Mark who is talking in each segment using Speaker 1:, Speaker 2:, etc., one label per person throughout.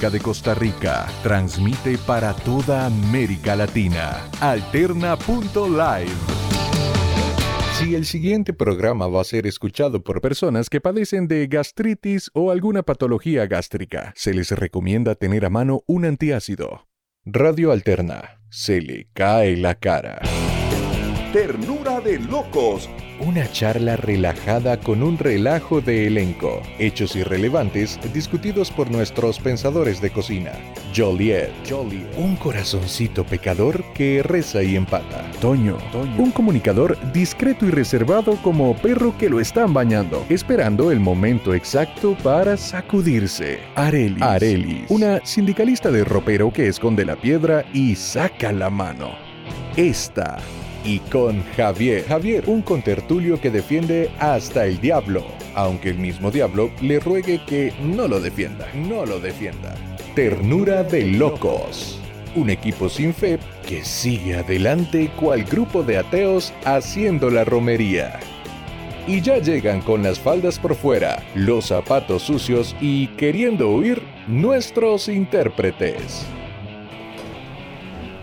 Speaker 1: República de Costa Rica. Transmite para toda América Latina. Alterna.live. Si el siguiente programa va a ser escuchado por personas que padecen de gastritis o alguna patología gástrica, se les recomienda tener a mano un antiácido. Radio Alterna. Se le cae la cara.
Speaker 2: Ternura de locos.
Speaker 1: Una charla relajada con un relajo de elenco. Hechos irrelevantes discutidos por nuestros pensadores de cocina. Joliet. Un corazoncito pecador que reza y empata. Toño. Un comunicador discreto y reservado como perro que lo están bañando. Esperando el momento exacto para sacudirse. Arelis. Arelis. Una sindicalista de ropero que esconde la piedra y saca la mano. Esta y con Javier. Javier, un contertulio que defiende hasta el diablo, aunque el mismo diablo le ruegue que no lo defienda, no lo defienda. Ternura de locos. Un equipo sin fe que sigue adelante cual grupo de ateos haciendo la romería. Y ya llegan con las faldas por fuera, los zapatos sucios y queriendo huir nuestros intérpretes.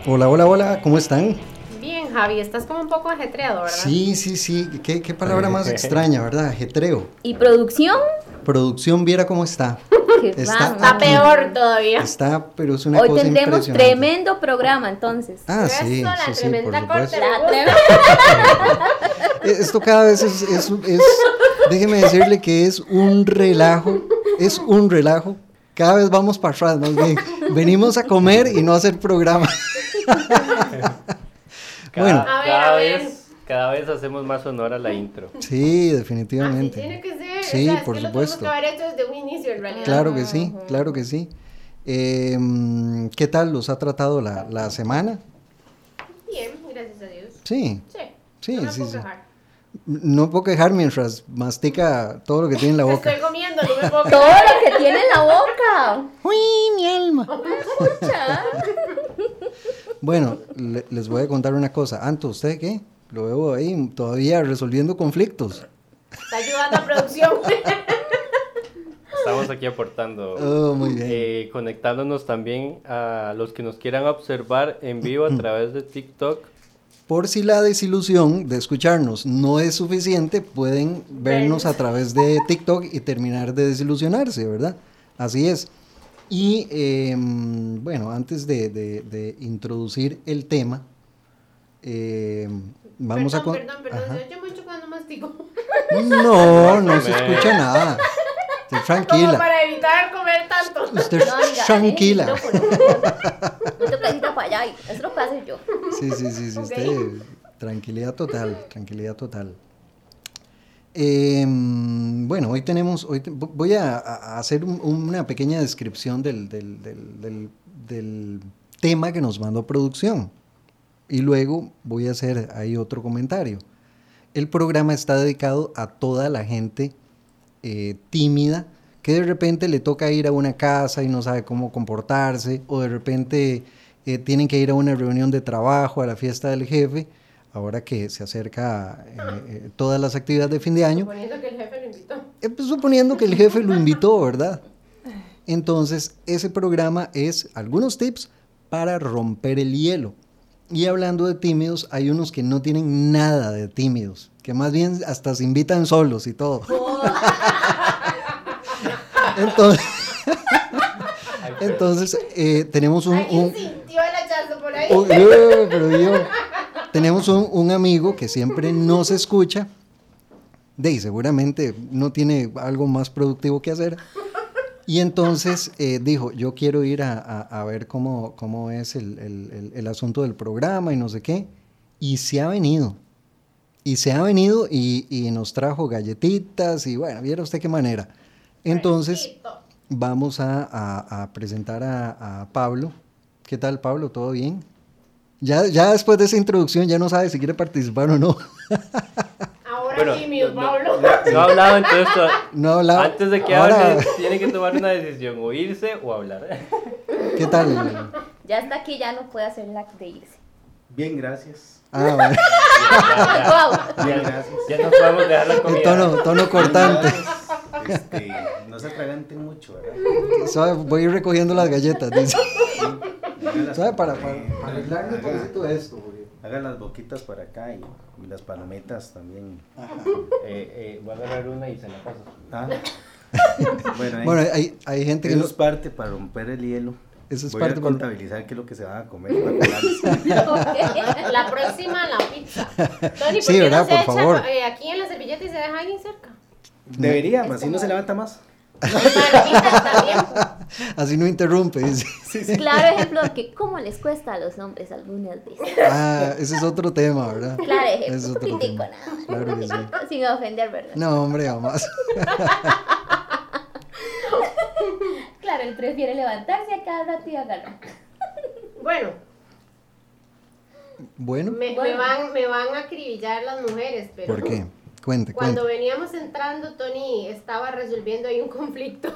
Speaker 3: Hola, hola, hola, ¿cómo están?
Speaker 4: Bien, Javi, estás como un poco ajetreado, ¿verdad?
Speaker 3: Sí, sí, sí, qué, qué palabra más extraña, ¿verdad? Ajetreo.
Speaker 4: ¿Y producción?
Speaker 3: Producción, viera cómo está.
Speaker 4: Está, peor todavía.
Speaker 3: Está, pero es una
Speaker 5: Hoy
Speaker 3: cosa
Speaker 5: tendremos
Speaker 3: impresionante.
Speaker 5: tremendo programa entonces.
Speaker 3: Ah,
Speaker 4: Eso,
Speaker 3: sí,
Speaker 4: la
Speaker 3: sí, sí, por
Speaker 4: tremenda corte.
Speaker 3: supuesto.
Speaker 4: me
Speaker 5: La
Speaker 4: gusta.
Speaker 5: tremenda-
Speaker 3: Eh, Esto cada vez es, es- es- déjeme decirle que es un relajo, es un relajo. Cada vez vamos para atrás, más bien. Venimos a comer y no a hacer programa.
Speaker 6: Cada,
Speaker 3: Bueno.
Speaker 4: A ver,
Speaker 6: cada
Speaker 4: a ver.
Speaker 6: vez, cada vez hacemos más honor a la intro.
Speaker 3: Sí,
Speaker 4: Así
Speaker 3: definitivamente.
Speaker 4: tiene que ser.
Speaker 3: Sí,
Speaker 4: o sea, es
Speaker 3: por
Speaker 4: que
Speaker 3: supuesto.
Speaker 4: Lo tuvimos que haber hecho desde un inicio, en realidad.
Speaker 3: Claro que sí, claro que sí. Em, ¿Qué tal los ha tratado la, la semana?
Speaker 4: Bien, gracias a Dios.
Speaker 3: Sí,
Speaker 4: Sí.
Speaker 3: Sí,
Speaker 4: no me
Speaker 3: sí,
Speaker 4: puedo
Speaker 3: sí.
Speaker 4: quejar.
Speaker 3: no puedo quejar mientras mastica todo lo que tiene en la boca.
Speaker 4: Estoy comiendo, no me puedo
Speaker 5: Todo
Speaker 4: quejar.
Speaker 5: lo que tiene en la boca.
Speaker 3: ¡Uy, mi alma!
Speaker 5: Pucha.
Speaker 3: Bueno, le- les voy a contar una cosa. Anto, ¿usted qué? Lo veo ahí todavía resolviendo conflictos.
Speaker 4: Está ayudando a producción.
Speaker 6: Estamos aquí aportando.
Speaker 3: Oh, muy bien.
Speaker 6: Eh, conectándonos también a los que nos quieran observar en vivo
Speaker 3: Mm.
Speaker 6: a través de TikTok.
Speaker 3: Por si la desilusión de escucharnos no es suficiente, pueden vernos a través de TikTok y terminar de desilusionarse, ¿verdad? Así es. Y em, bueno, antes de, de- de introducir el tema, em, vamos a...
Speaker 4: perdón,
Speaker 3: con-
Speaker 4: Perdón, perdón, eh.
Speaker 3: Ajá.
Speaker 4: Se oye mucho cuando mastico.
Speaker 3: No, no se
Speaker 6: Hombre.
Speaker 3: escucha nada. Usted
Speaker 4: Como
Speaker 3: tranquila.
Speaker 4: para eh, evitar comer tanto.
Speaker 3: Usted tranquila.
Speaker 5: Mete pedacito para allá. y Eso es lo que hace yo.
Speaker 3: Sí, sí, sí, sí. usted- tranquilidad total, tranquilidad total. Em, bueno, hoy tenemos, hoy te- vo- voy a, a- a hacer un- una pequeña descripción del, del- del- del- del tema que nos mandó producción y luego voy a hacer ahí otro comentario. El programa está dedicado a toda la gente eh, tímida que de repente le toca ir a una casa y no sabe cómo comportarse, o de repente eh, tienen que ir a una reunión de trabajo, a la fiesta del jefe, ahora que se acerca eh, eh, todas las actividades de fin de año,
Speaker 4: Suponiendo que el jefe lo invitó.
Speaker 3: eh, pues, suponiendo que el jefe lo invitó, ¿verdad? Entonces, ese programa es algunos tips para romper el hielo. Y hablando de tímidos, hay unos que no tienen nada de tímidos, que más bien hasta se invitan solos y todo. Entonces, entonces eh, tenemos un-
Speaker 4: ¿Alguien
Speaker 3: un,
Speaker 4: sintió el hachazo por ahí?
Speaker 3: Oh, eh, pero yo. Tenemos un, un amigo que siempre nos escucha. De ahí seguramente no tiene algo más productivo que hacer. Y entonces eh, dijo, yo quiero ir a, a- a ver cómo, cómo es el, el- el- el asunto del programa y no sé qué. Y se ha venido. Y se ha venido y, y nos trajo galletitas y bueno, viera usted qué manera. Entonces
Speaker 4: Fresquito.
Speaker 3: vamos a, a- a presentar a, a Pablo. ¿Qué tal, Pablo? ¿Todo bien? Ya, ya después de esa introducción ya no sabe si quiere participar o no.
Speaker 4: Ahora
Speaker 6: Bueno,
Speaker 4: sí, mi
Speaker 6: no- no-
Speaker 4: Pablo.
Speaker 6: No ha hablado, entonces to-
Speaker 3: No hablaba.
Speaker 6: antes de que
Speaker 3: Ahora,
Speaker 6: hable, tiene que tomar una decisión, o irse o hablar.
Speaker 3: ¿Qué tal?
Speaker 5: Ya está aquí, ya no puede hacer la de irse.
Speaker 7: Bien, gracias.
Speaker 3: Ah, bueno,
Speaker 5: Guau.
Speaker 6: Ya, ya no podemos dejar la
Speaker 3: el
Speaker 6: comida.
Speaker 3: tono, tono cortante.
Speaker 7: Señores, este, no se atraganten mucho, ¿verdad?
Speaker 3: Suave, voy a ir recogiendo las galletas. dice.
Speaker 7: Háganlas
Speaker 3: Suave, para,
Speaker 7: por
Speaker 3: para,
Speaker 7: ahí,
Speaker 3: para arreglarme un
Speaker 7: eh, haga-
Speaker 3: poquito esto. porque-
Speaker 7: haga las boquitas para acá y, y las palomitas también.
Speaker 6: Eh, eh, voy a agarrar una y se la paso.
Speaker 7: Ah. Bueno, ahí-
Speaker 3: Bueno, hay, hay gente que
Speaker 7: eso
Speaker 3: no-
Speaker 7: es parte para romper el hielo.
Speaker 3: Eso es
Speaker 7: Voy
Speaker 3: parte
Speaker 7: a
Speaker 3: para-
Speaker 7: contabilizar qué es lo que se van a comer. para colarles.
Speaker 4: La próxima, la pizza. Tony, ¿por
Speaker 3: Sí,
Speaker 4: qué
Speaker 3: ¿verdad?
Speaker 4: no se
Speaker 3: Por
Speaker 4: echa
Speaker 3: favor.
Speaker 4: eh, aquí en la servilleta y se deja alguien cerca?
Speaker 7: Debería, así no se levanta más.
Speaker 4: Marquita también.
Speaker 3: así no interrumpe. dice.
Speaker 5: Claro ejemplo de que cómo les cuesta a los hombres algunas veces.
Speaker 3: Ah, ese es otro tema, ¿verdad?
Speaker 5: Claro ejemplo.
Speaker 3: Es otro
Speaker 5: critico
Speaker 3: tema.
Speaker 5: nada más.
Speaker 3: Claro que sí.
Speaker 5: Sin ofender, ¿verdad?
Speaker 3: No, hombre, jamás.
Speaker 5: Claro, él prefiere levantarse a cada rato y agarrar.
Speaker 4: Bueno,
Speaker 3: Bueno,
Speaker 4: me, me
Speaker 5: Bueno.
Speaker 4: van, me van a acribillar las mujeres, pero...
Speaker 3: ¿por qué? Cuente, cuente.
Speaker 4: Cuando veníamos entrando, Tony estaba resolviendo ahí un conflicto.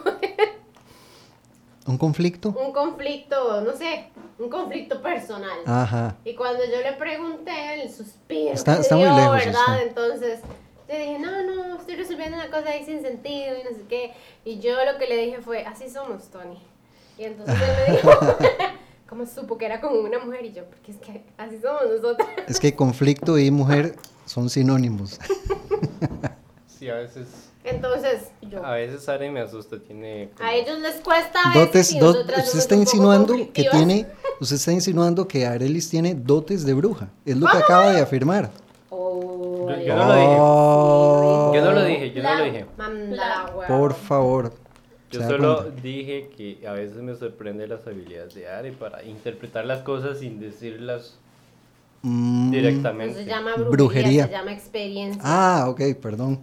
Speaker 3: ¿Un conflicto?
Speaker 4: un conflicto, no sé, un conflicto personal.
Speaker 3: Ajá.
Speaker 4: Y cuando yo le pregunté, el suspiro.
Speaker 3: Ah. Está-
Speaker 4: que
Speaker 3: está muy
Speaker 4: dio,
Speaker 3: lejos
Speaker 4: ¿verdad?
Speaker 3: usted.
Speaker 4: Entonces, le dije, no, no, estoy resolviendo una cosa ahí sin sentido y no sé qué. Y yo lo que le dije fue, así somos, Tony. Y entonces él me dijo, ¿cómo supo que era con una mujer? Y yo, porque es que así somos nosotras.
Speaker 3: Es que conflicto y mujer son sinónimos.
Speaker 6: Sí, a veces,
Speaker 4: Entonces, yo.
Speaker 6: a veces Sara me asusta, tiene... como-
Speaker 4: A ellos les cuesta a veces
Speaker 3: Dotes,
Speaker 4: y
Speaker 3: dot-
Speaker 4: nosotras
Speaker 3: usted
Speaker 4: somos
Speaker 3: está
Speaker 4: un poco
Speaker 3: insinuando que
Speaker 4: conflictivas.
Speaker 3: tiene, usted está insinuando que Arelis tiene dotes de bruja. Es lo que acaba de afirmar.
Speaker 4: Oh,
Speaker 6: Yo, yo no lo dije,
Speaker 3: Oh,
Speaker 6: yo no lo dije, yo no lo
Speaker 5: Claro.
Speaker 6: dije.
Speaker 4: manda la hueva.
Speaker 3: por favor.
Speaker 6: Yo
Speaker 3: ¿Se da
Speaker 6: solo
Speaker 3: cuenta?
Speaker 6: dije que a veces me sorprende las habilidades de Ari para interpretar las cosas sin decirlas
Speaker 3: Mm,
Speaker 4: No se
Speaker 6: directamente.
Speaker 4: llama brujería,
Speaker 3: Brujería.
Speaker 4: se llama experiencia.
Speaker 3: Ah, ok, perdón.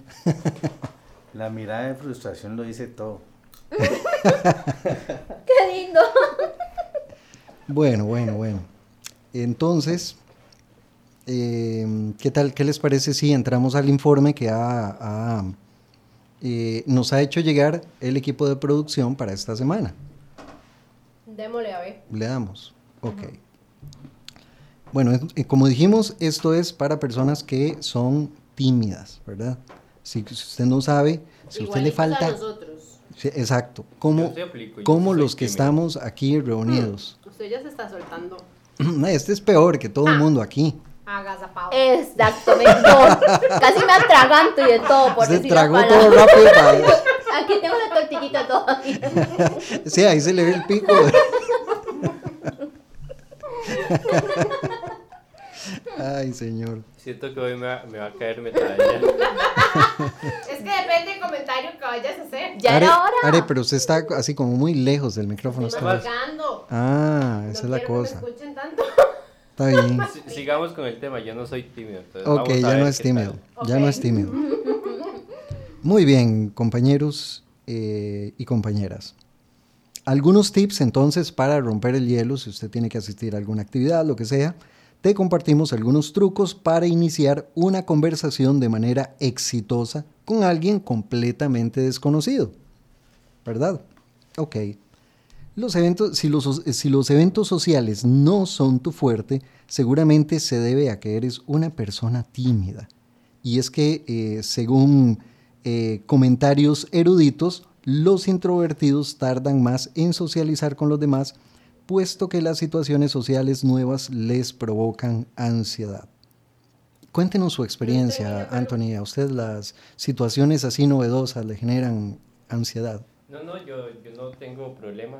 Speaker 7: La mirada de frustración lo dice todo.
Speaker 5: ¡Qué lindo!
Speaker 3: Bueno, bueno, bueno. Entonces, eh, ¿qué tal? ¿Qué les parece si entramos al informe que ha- ha, eh, nos ha hecho llegar el equipo de producción para esta semana?
Speaker 4: Démosle a ver.
Speaker 3: Le damos. Ok. Bueno, es- eh, como dijimos, esto es para personas que son tímidas, ¿verdad? Si, si usted no sabe, Ah, si a usted le
Speaker 4: Igualitos a
Speaker 3: falta...
Speaker 4: nosotros.
Speaker 3: Sí, exacto. Como,
Speaker 6: Yo sí aplico, yo
Speaker 3: como
Speaker 6: soy
Speaker 3: los que
Speaker 6: tímido.
Speaker 3: estamos aquí reunidos.
Speaker 4: Usted ya se está soltando
Speaker 3: Este es peor que todo el mundo aquí.
Speaker 4: agazapado.
Speaker 5: Exacto, me no, Casi me atraganto y de todo, por
Speaker 3: Se
Speaker 5: decir
Speaker 3: tragó
Speaker 5: la
Speaker 3: todo
Speaker 5: palabra.
Speaker 3: rápido. para-
Speaker 5: Aquí tengo una tortillita todavía.
Speaker 3: Sí, ahí se le ve el pico. Ay, señor.
Speaker 6: Siento que hoy me va, me va a caer metralla.
Speaker 4: Es que depende del comentario que vayas a hacer.
Speaker 5: Ya
Speaker 3: Are,
Speaker 5: era hora.
Speaker 3: Are, pero usted está así como muy lejos del micrófono.
Speaker 4: Estoy
Speaker 3: está-
Speaker 4: masticando.
Speaker 3: Ah, esa
Speaker 4: no
Speaker 3: es la
Speaker 4: quiero
Speaker 3: cosa.
Speaker 4: Que me escuchen tanto.
Speaker 3: Está bien.
Speaker 6: Si- sigamos con el tema, yo no soy tímido. Entonces
Speaker 3: Ok,
Speaker 6: vamos a
Speaker 3: ya
Speaker 6: ver
Speaker 3: no es
Speaker 6: qué
Speaker 3: tímido.
Speaker 6: tal.
Speaker 3: Ya no
Speaker 4: Ok.
Speaker 3: es tímido. Muy bien, compañeros eh, y compañeras. Algunos tips entonces para romper el hielo si usted tiene que asistir a alguna actividad, lo que sea. Te compartimos algunos trucos para iniciar una conversación de manera exitosa con alguien completamente desconocido. ¿Verdad? Ok. Los eventos, si, los, so- si los eventos sociales no son tu fuerte, seguramente se debe a que eres una persona tímida. Y es que, eh, según eh, comentarios eruditos, los introvertidos tardan más en socializar con los demás, puesto que las situaciones sociales nuevas les provocan ansiedad. Cuéntenos su experiencia, Anthony. ¿A usted las situaciones así novedosas le generan ansiedad?
Speaker 6: No, no, yo, yo no tengo problema.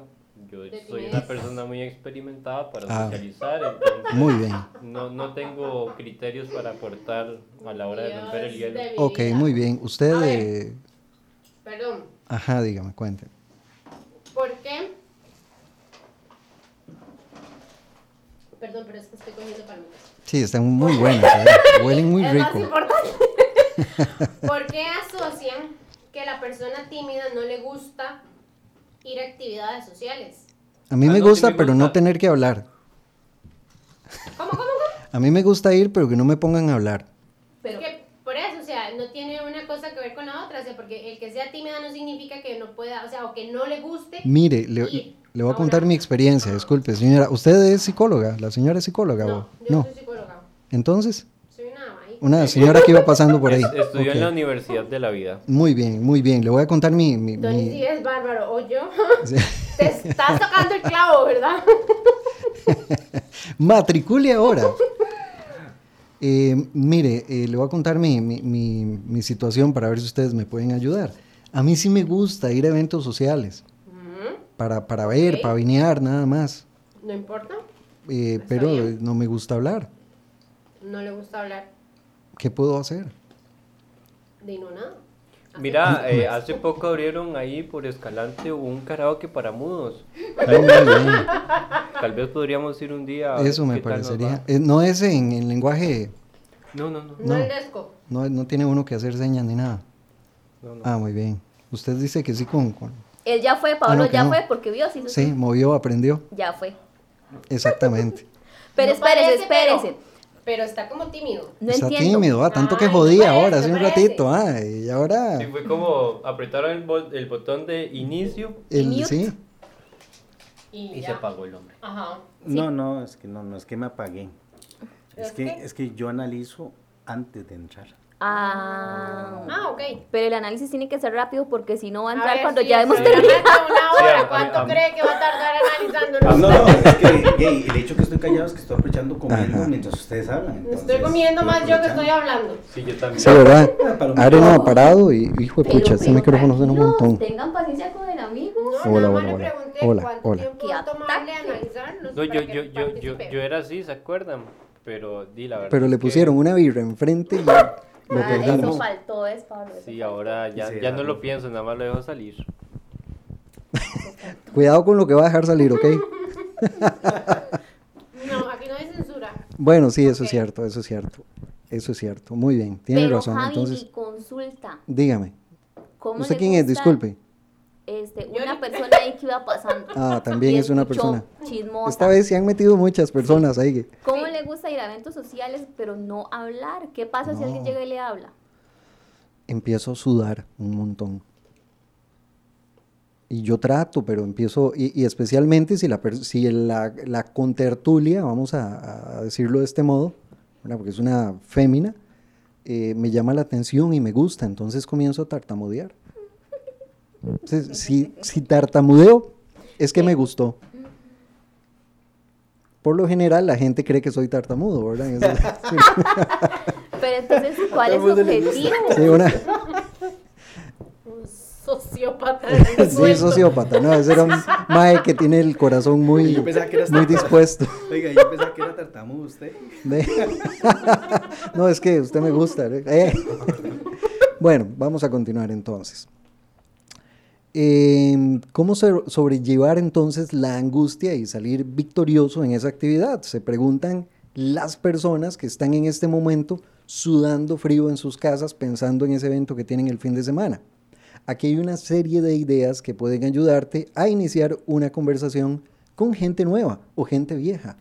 Speaker 6: Yo
Speaker 4: De
Speaker 6: soy
Speaker 4: timidez.
Speaker 6: una persona muy experimentada para
Speaker 3: Ah.
Speaker 6: socializar, entonces
Speaker 3: Muy bien.
Speaker 6: no, no tengo criterios para aportar a la hora de romper el
Speaker 4: Dios de
Speaker 6: hielo.
Speaker 4: mi
Speaker 3: Ok,
Speaker 4: vida.
Speaker 3: muy bien. Usted...
Speaker 4: A ver.
Speaker 3: eh,
Speaker 4: Perdón.
Speaker 3: Ajá, dígame, cuente.
Speaker 4: ¿Por qué? Perdón, pero es que estoy cogiendo palomitas.
Speaker 3: Sí, están muy buenas, ¿eh? huelen muy
Speaker 4: es más
Speaker 3: rico.
Speaker 4: importante. ¿Por qué asocian que la persona tímida no le gusta ir a actividades sociales?
Speaker 3: A mí me
Speaker 6: Ah, no, sí
Speaker 3: gusta,
Speaker 6: me
Speaker 3: pero no
Speaker 6: gusta.
Speaker 3: tener que hablar.
Speaker 4: ¿Cómo, cómo, cómo?
Speaker 3: A mí me gusta ir, pero que no me pongan a hablar.
Speaker 5: Pero,
Speaker 4: Es que por eso, o sea, no tiene una cosa que ver con la otra, o sea, porque el que sea tímida no significa que no pueda, o sea, o que no le guste.
Speaker 3: Mire, le,
Speaker 4: ir.
Speaker 3: le voy a
Speaker 4: Ahora-
Speaker 3: contar mi experiencia, disculpe, señora. ¿Usted es psicóloga? ¿La señora es psicóloga?
Speaker 4: No,
Speaker 3: o-
Speaker 4: yo soy psicóloga,
Speaker 3: Entonces,
Speaker 4: soy una ahí.
Speaker 3: una señora que iba pasando por ahí.
Speaker 6: Es- Estudió
Speaker 3: Ok.
Speaker 6: en la Universidad de la Vida.
Speaker 3: Muy bien, muy bien. Le voy a contar mi... mi-
Speaker 4: Tony
Speaker 3: mi-
Speaker 4: sí es bárbaro, o yo.
Speaker 3: Sí.
Speaker 4: Te estás tocando el clavo, ¿verdad?
Speaker 3: Matricule ahora. Eh, mire, eh, le voy a contar mi, mi- mi- mi situación para ver si ustedes me pueden ayudar. A mí sí me gusta ir a eventos sociales. Para, para ver,
Speaker 4: Ok.
Speaker 3: para vinear, nada más.
Speaker 4: Mm, No importa,
Speaker 3: Eh,
Speaker 4: Está
Speaker 3: pero
Speaker 4: bien.
Speaker 3: eh, no me gusta hablar.
Speaker 4: no le gusta hablar
Speaker 3: ¿Qué puedo hacer?
Speaker 4: de no nada.
Speaker 6: Mira,
Speaker 3: Ah,
Speaker 6: eh, hace poco abrieron ahí por Escalante un karaoke para mudos.
Speaker 3: No, no, no.
Speaker 6: Tal vez podríamos ir un día. a ver
Speaker 3: Eso me
Speaker 6: qué tal nos
Speaker 3: parecería.
Speaker 6: va.
Speaker 3: Eh, no es en, en lenguaje,
Speaker 6: No, no, no.
Speaker 4: No,
Speaker 3: No.
Speaker 4: el desco.
Speaker 3: no, no tiene uno que hacer señas ni nada.
Speaker 6: no, no.
Speaker 3: Ah, muy bien. Usted dice que sí con... con-
Speaker 5: Él ya fue, Pablo
Speaker 3: Ah, no, que
Speaker 5: ya
Speaker 3: no.
Speaker 5: fue porque vio, sí, sí,
Speaker 3: Sí, movió, aprendió.
Speaker 5: Ya fue.
Speaker 3: Exactamente.
Speaker 5: Pero
Speaker 4: No
Speaker 5: espérese,
Speaker 4: parece, pero-
Speaker 5: espérese.
Speaker 4: Pero está como tímido.
Speaker 5: No
Speaker 3: Está
Speaker 5: entiendo.
Speaker 3: tímido, ah, tanto que
Speaker 4: Ay,
Speaker 3: jodía
Speaker 4: no
Speaker 3: ahora,
Speaker 4: parece,
Speaker 3: hace un
Speaker 4: no parece.
Speaker 3: ratito, ah, y ahora
Speaker 6: Sí, fue como apretaron el, bol- el botón de inicio
Speaker 3: el
Speaker 5: mute.
Speaker 3: sí,
Speaker 4: Y,
Speaker 6: y se
Speaker 4: ya.
Speaker 6: apagó el hombre.
Speaker 4: Ajá.
Speaker 7: No, no, es que no, no es que me apagué. Es
Speaker 4: ¿Es
Speaker 7: que,
Speaker 4: que?
Speaker 7: es que yo analizo antes de entrar.
Speaker 5: Ah.
Speaker 4: Ah, ok.
Speaker 5: Pero el análisis tiene que ser rápido porque si no va a entrar
Speaker 4: ver,
Speaker 5: cuando
Speaker 4: sí,
Speaker 5: ya hemos
Speaker 4: sí,
Speaker 5: terminado.
Speaker 4: durante Una
Speaker 6: Sí,
Speaker 4: hora,
Speaker 6: a- a-
Speaker 4: ¿cuánto
Speaker 6: a-
Speaker 4: cree que va a tardar
Speaker 3: Ah,
Speaker 7: No,
Speaker 4: analizándolo?
Speaker 7: no, es que gay, el hecho que estoy callado es que estoy aprovechando comiendo
Speaker 3: Ajá.
Speaker 7: mientras ustedes hablan.
Speaker 4: Estoy comiendo más yo que estoy
Speaker 7: hablando.
Speaker 4: hablando.
Speaker 6: Sí, yo también.
Speaker 3: sí, ¿verdad?
Speaker 7: Ah, para un-
Speaker 3: Ahora no, parado y hijo de
Speaker 5: Pero,
Speaker 3: pucha, este
Speaker 5: pero,
Speaker 3: micrófono suena un
Speaker 5: tranquilos,
Speaker 3: montón.
Speaker 5: Tengan paciencia con el amigo.
Speaker 4: No,
Speaker 3: Hola,
Speaker 4: nada más
Speaker 3: hola,
Speaker 4: le
Speaker 3: hola.
Speaker 4: pregunté
Speaker 3: Hola,
Speaker 4: cuánto
Speaker 3: hola.
Speaker 4: tiempo
Speaker 5: Qué
Speaker 4: va a tomarle
Speaker 5: ataque.
Speaker 4: analizarnos
Speaker 6: No,
Speaker 4: para
Speaker 6: yo,
Speaker 4: que
Speaker 6: yo, yo, yo,
Speaker 4: participe.
Speaker 6: yo era así, ¿se acuerdan? Pero di la verdad.
Speaker 3: Pero le
Speaker 6: es que
Speaker 3: pusieron una birra enfrente y ya lo
Speaker 5: Ah, eso
Speaker 3: perdimos.
Speaker 5: faltó, es Pablo. eso
Speaker 6: Sí,
Speaker 5: faltó.
Speaker 6: ahora ya,
Speaker 7: Sí,
Speaker 6: ya no
Speaker 7: algo.
Speaker 6: lo pienso, nada más lo dejo salir.
Speaker 3: Cuidado con lo que va a dejar salir, ¿ok?
Speaker 4: No, aquí no hay censura.
Speaker 3: Bueno, sí, eso es
Speaker 4: Ok.
Speaker 3: cierto, eso es cierto. Eso es cierto, muy bien, tiene
Speaker 5: Pero
Speaker 3: razón.
Speaker 5: Javi,
Speaker 3: Entonces,
Speaker 5: consulta.
Speaker 3: dígame,
Speaker 5: ¿Cómo
Speaker 3: ¿usted
Speaker 5: le
Speaker 3: quién es?
Speaker 5: gusta,
Speaker 3: Disculpe.
Speaker 5: Este,
Speaker 4: Yo
Speaker 5: una
Speaker 4: ni-
Speaker 5: persona ahí que iba pasando.
Speaker 3: Ah, también
Speaker 5: Y
Speaker 3: es una
Speaker 5: escuchó
Speaker 3: persona.
Speaker 5: Chismosa.
Speaker 3: Esta vez se han metido muchas personas ahí.
Speaker 5: ¿Cómo le gusta ir a eventos sociales pero no hablar? ¿Qué pasa si alguien
Speaker 3: No.
Speaker 5: llega y le habla?
Speaker 3: empiezo a sudar un montón. Y yo trato, pero empiezo, y, y especialmente si la, per- si la, la contertulia, vamos a, a decirlo de este modo, ¿verdad? porque es una fémina, eh, me llama la atención y me gusta, entonces comienzo a tartamudear. Entonces, si, si tartamudeo, es que me gustó. Por lo general, la gente cree que soy tartamudo, ¿verdad? Eso-
Speaker 5: Pero entonces, ¿cuál es su objetivo?
Speaker 3: sí, una-
Speaker 4: Un sociópata.
Speaker 3: Sí,
Speaker 4: resuelto.
Speaker 3: sociópata, no, ese era un mae que tiene el corazón muy,
Speaker 7: Yo pensaba que era
Speaker 3: muy
Speaker 7: esta-
Speaker 3: dispuesto.
Speaker 7: Oiga, yo pensaba que era tartamudo usted.
Speaker 3: De- No, es que usted me gusta. ¿eh? Eh. Bueno, vamos a continuar entonces. Eh, ¿Cómo so- sobrellevar entonces la angustia y salir victorioso en esa actividad? Se preguntan las personas que están en este momento sudando frío en sus casas pensando en ese evento que tienen el fin de semana. Aquí hay una serie de ideas que pueden ayudarte a iniciar una conversación con gente nueva o gente vieja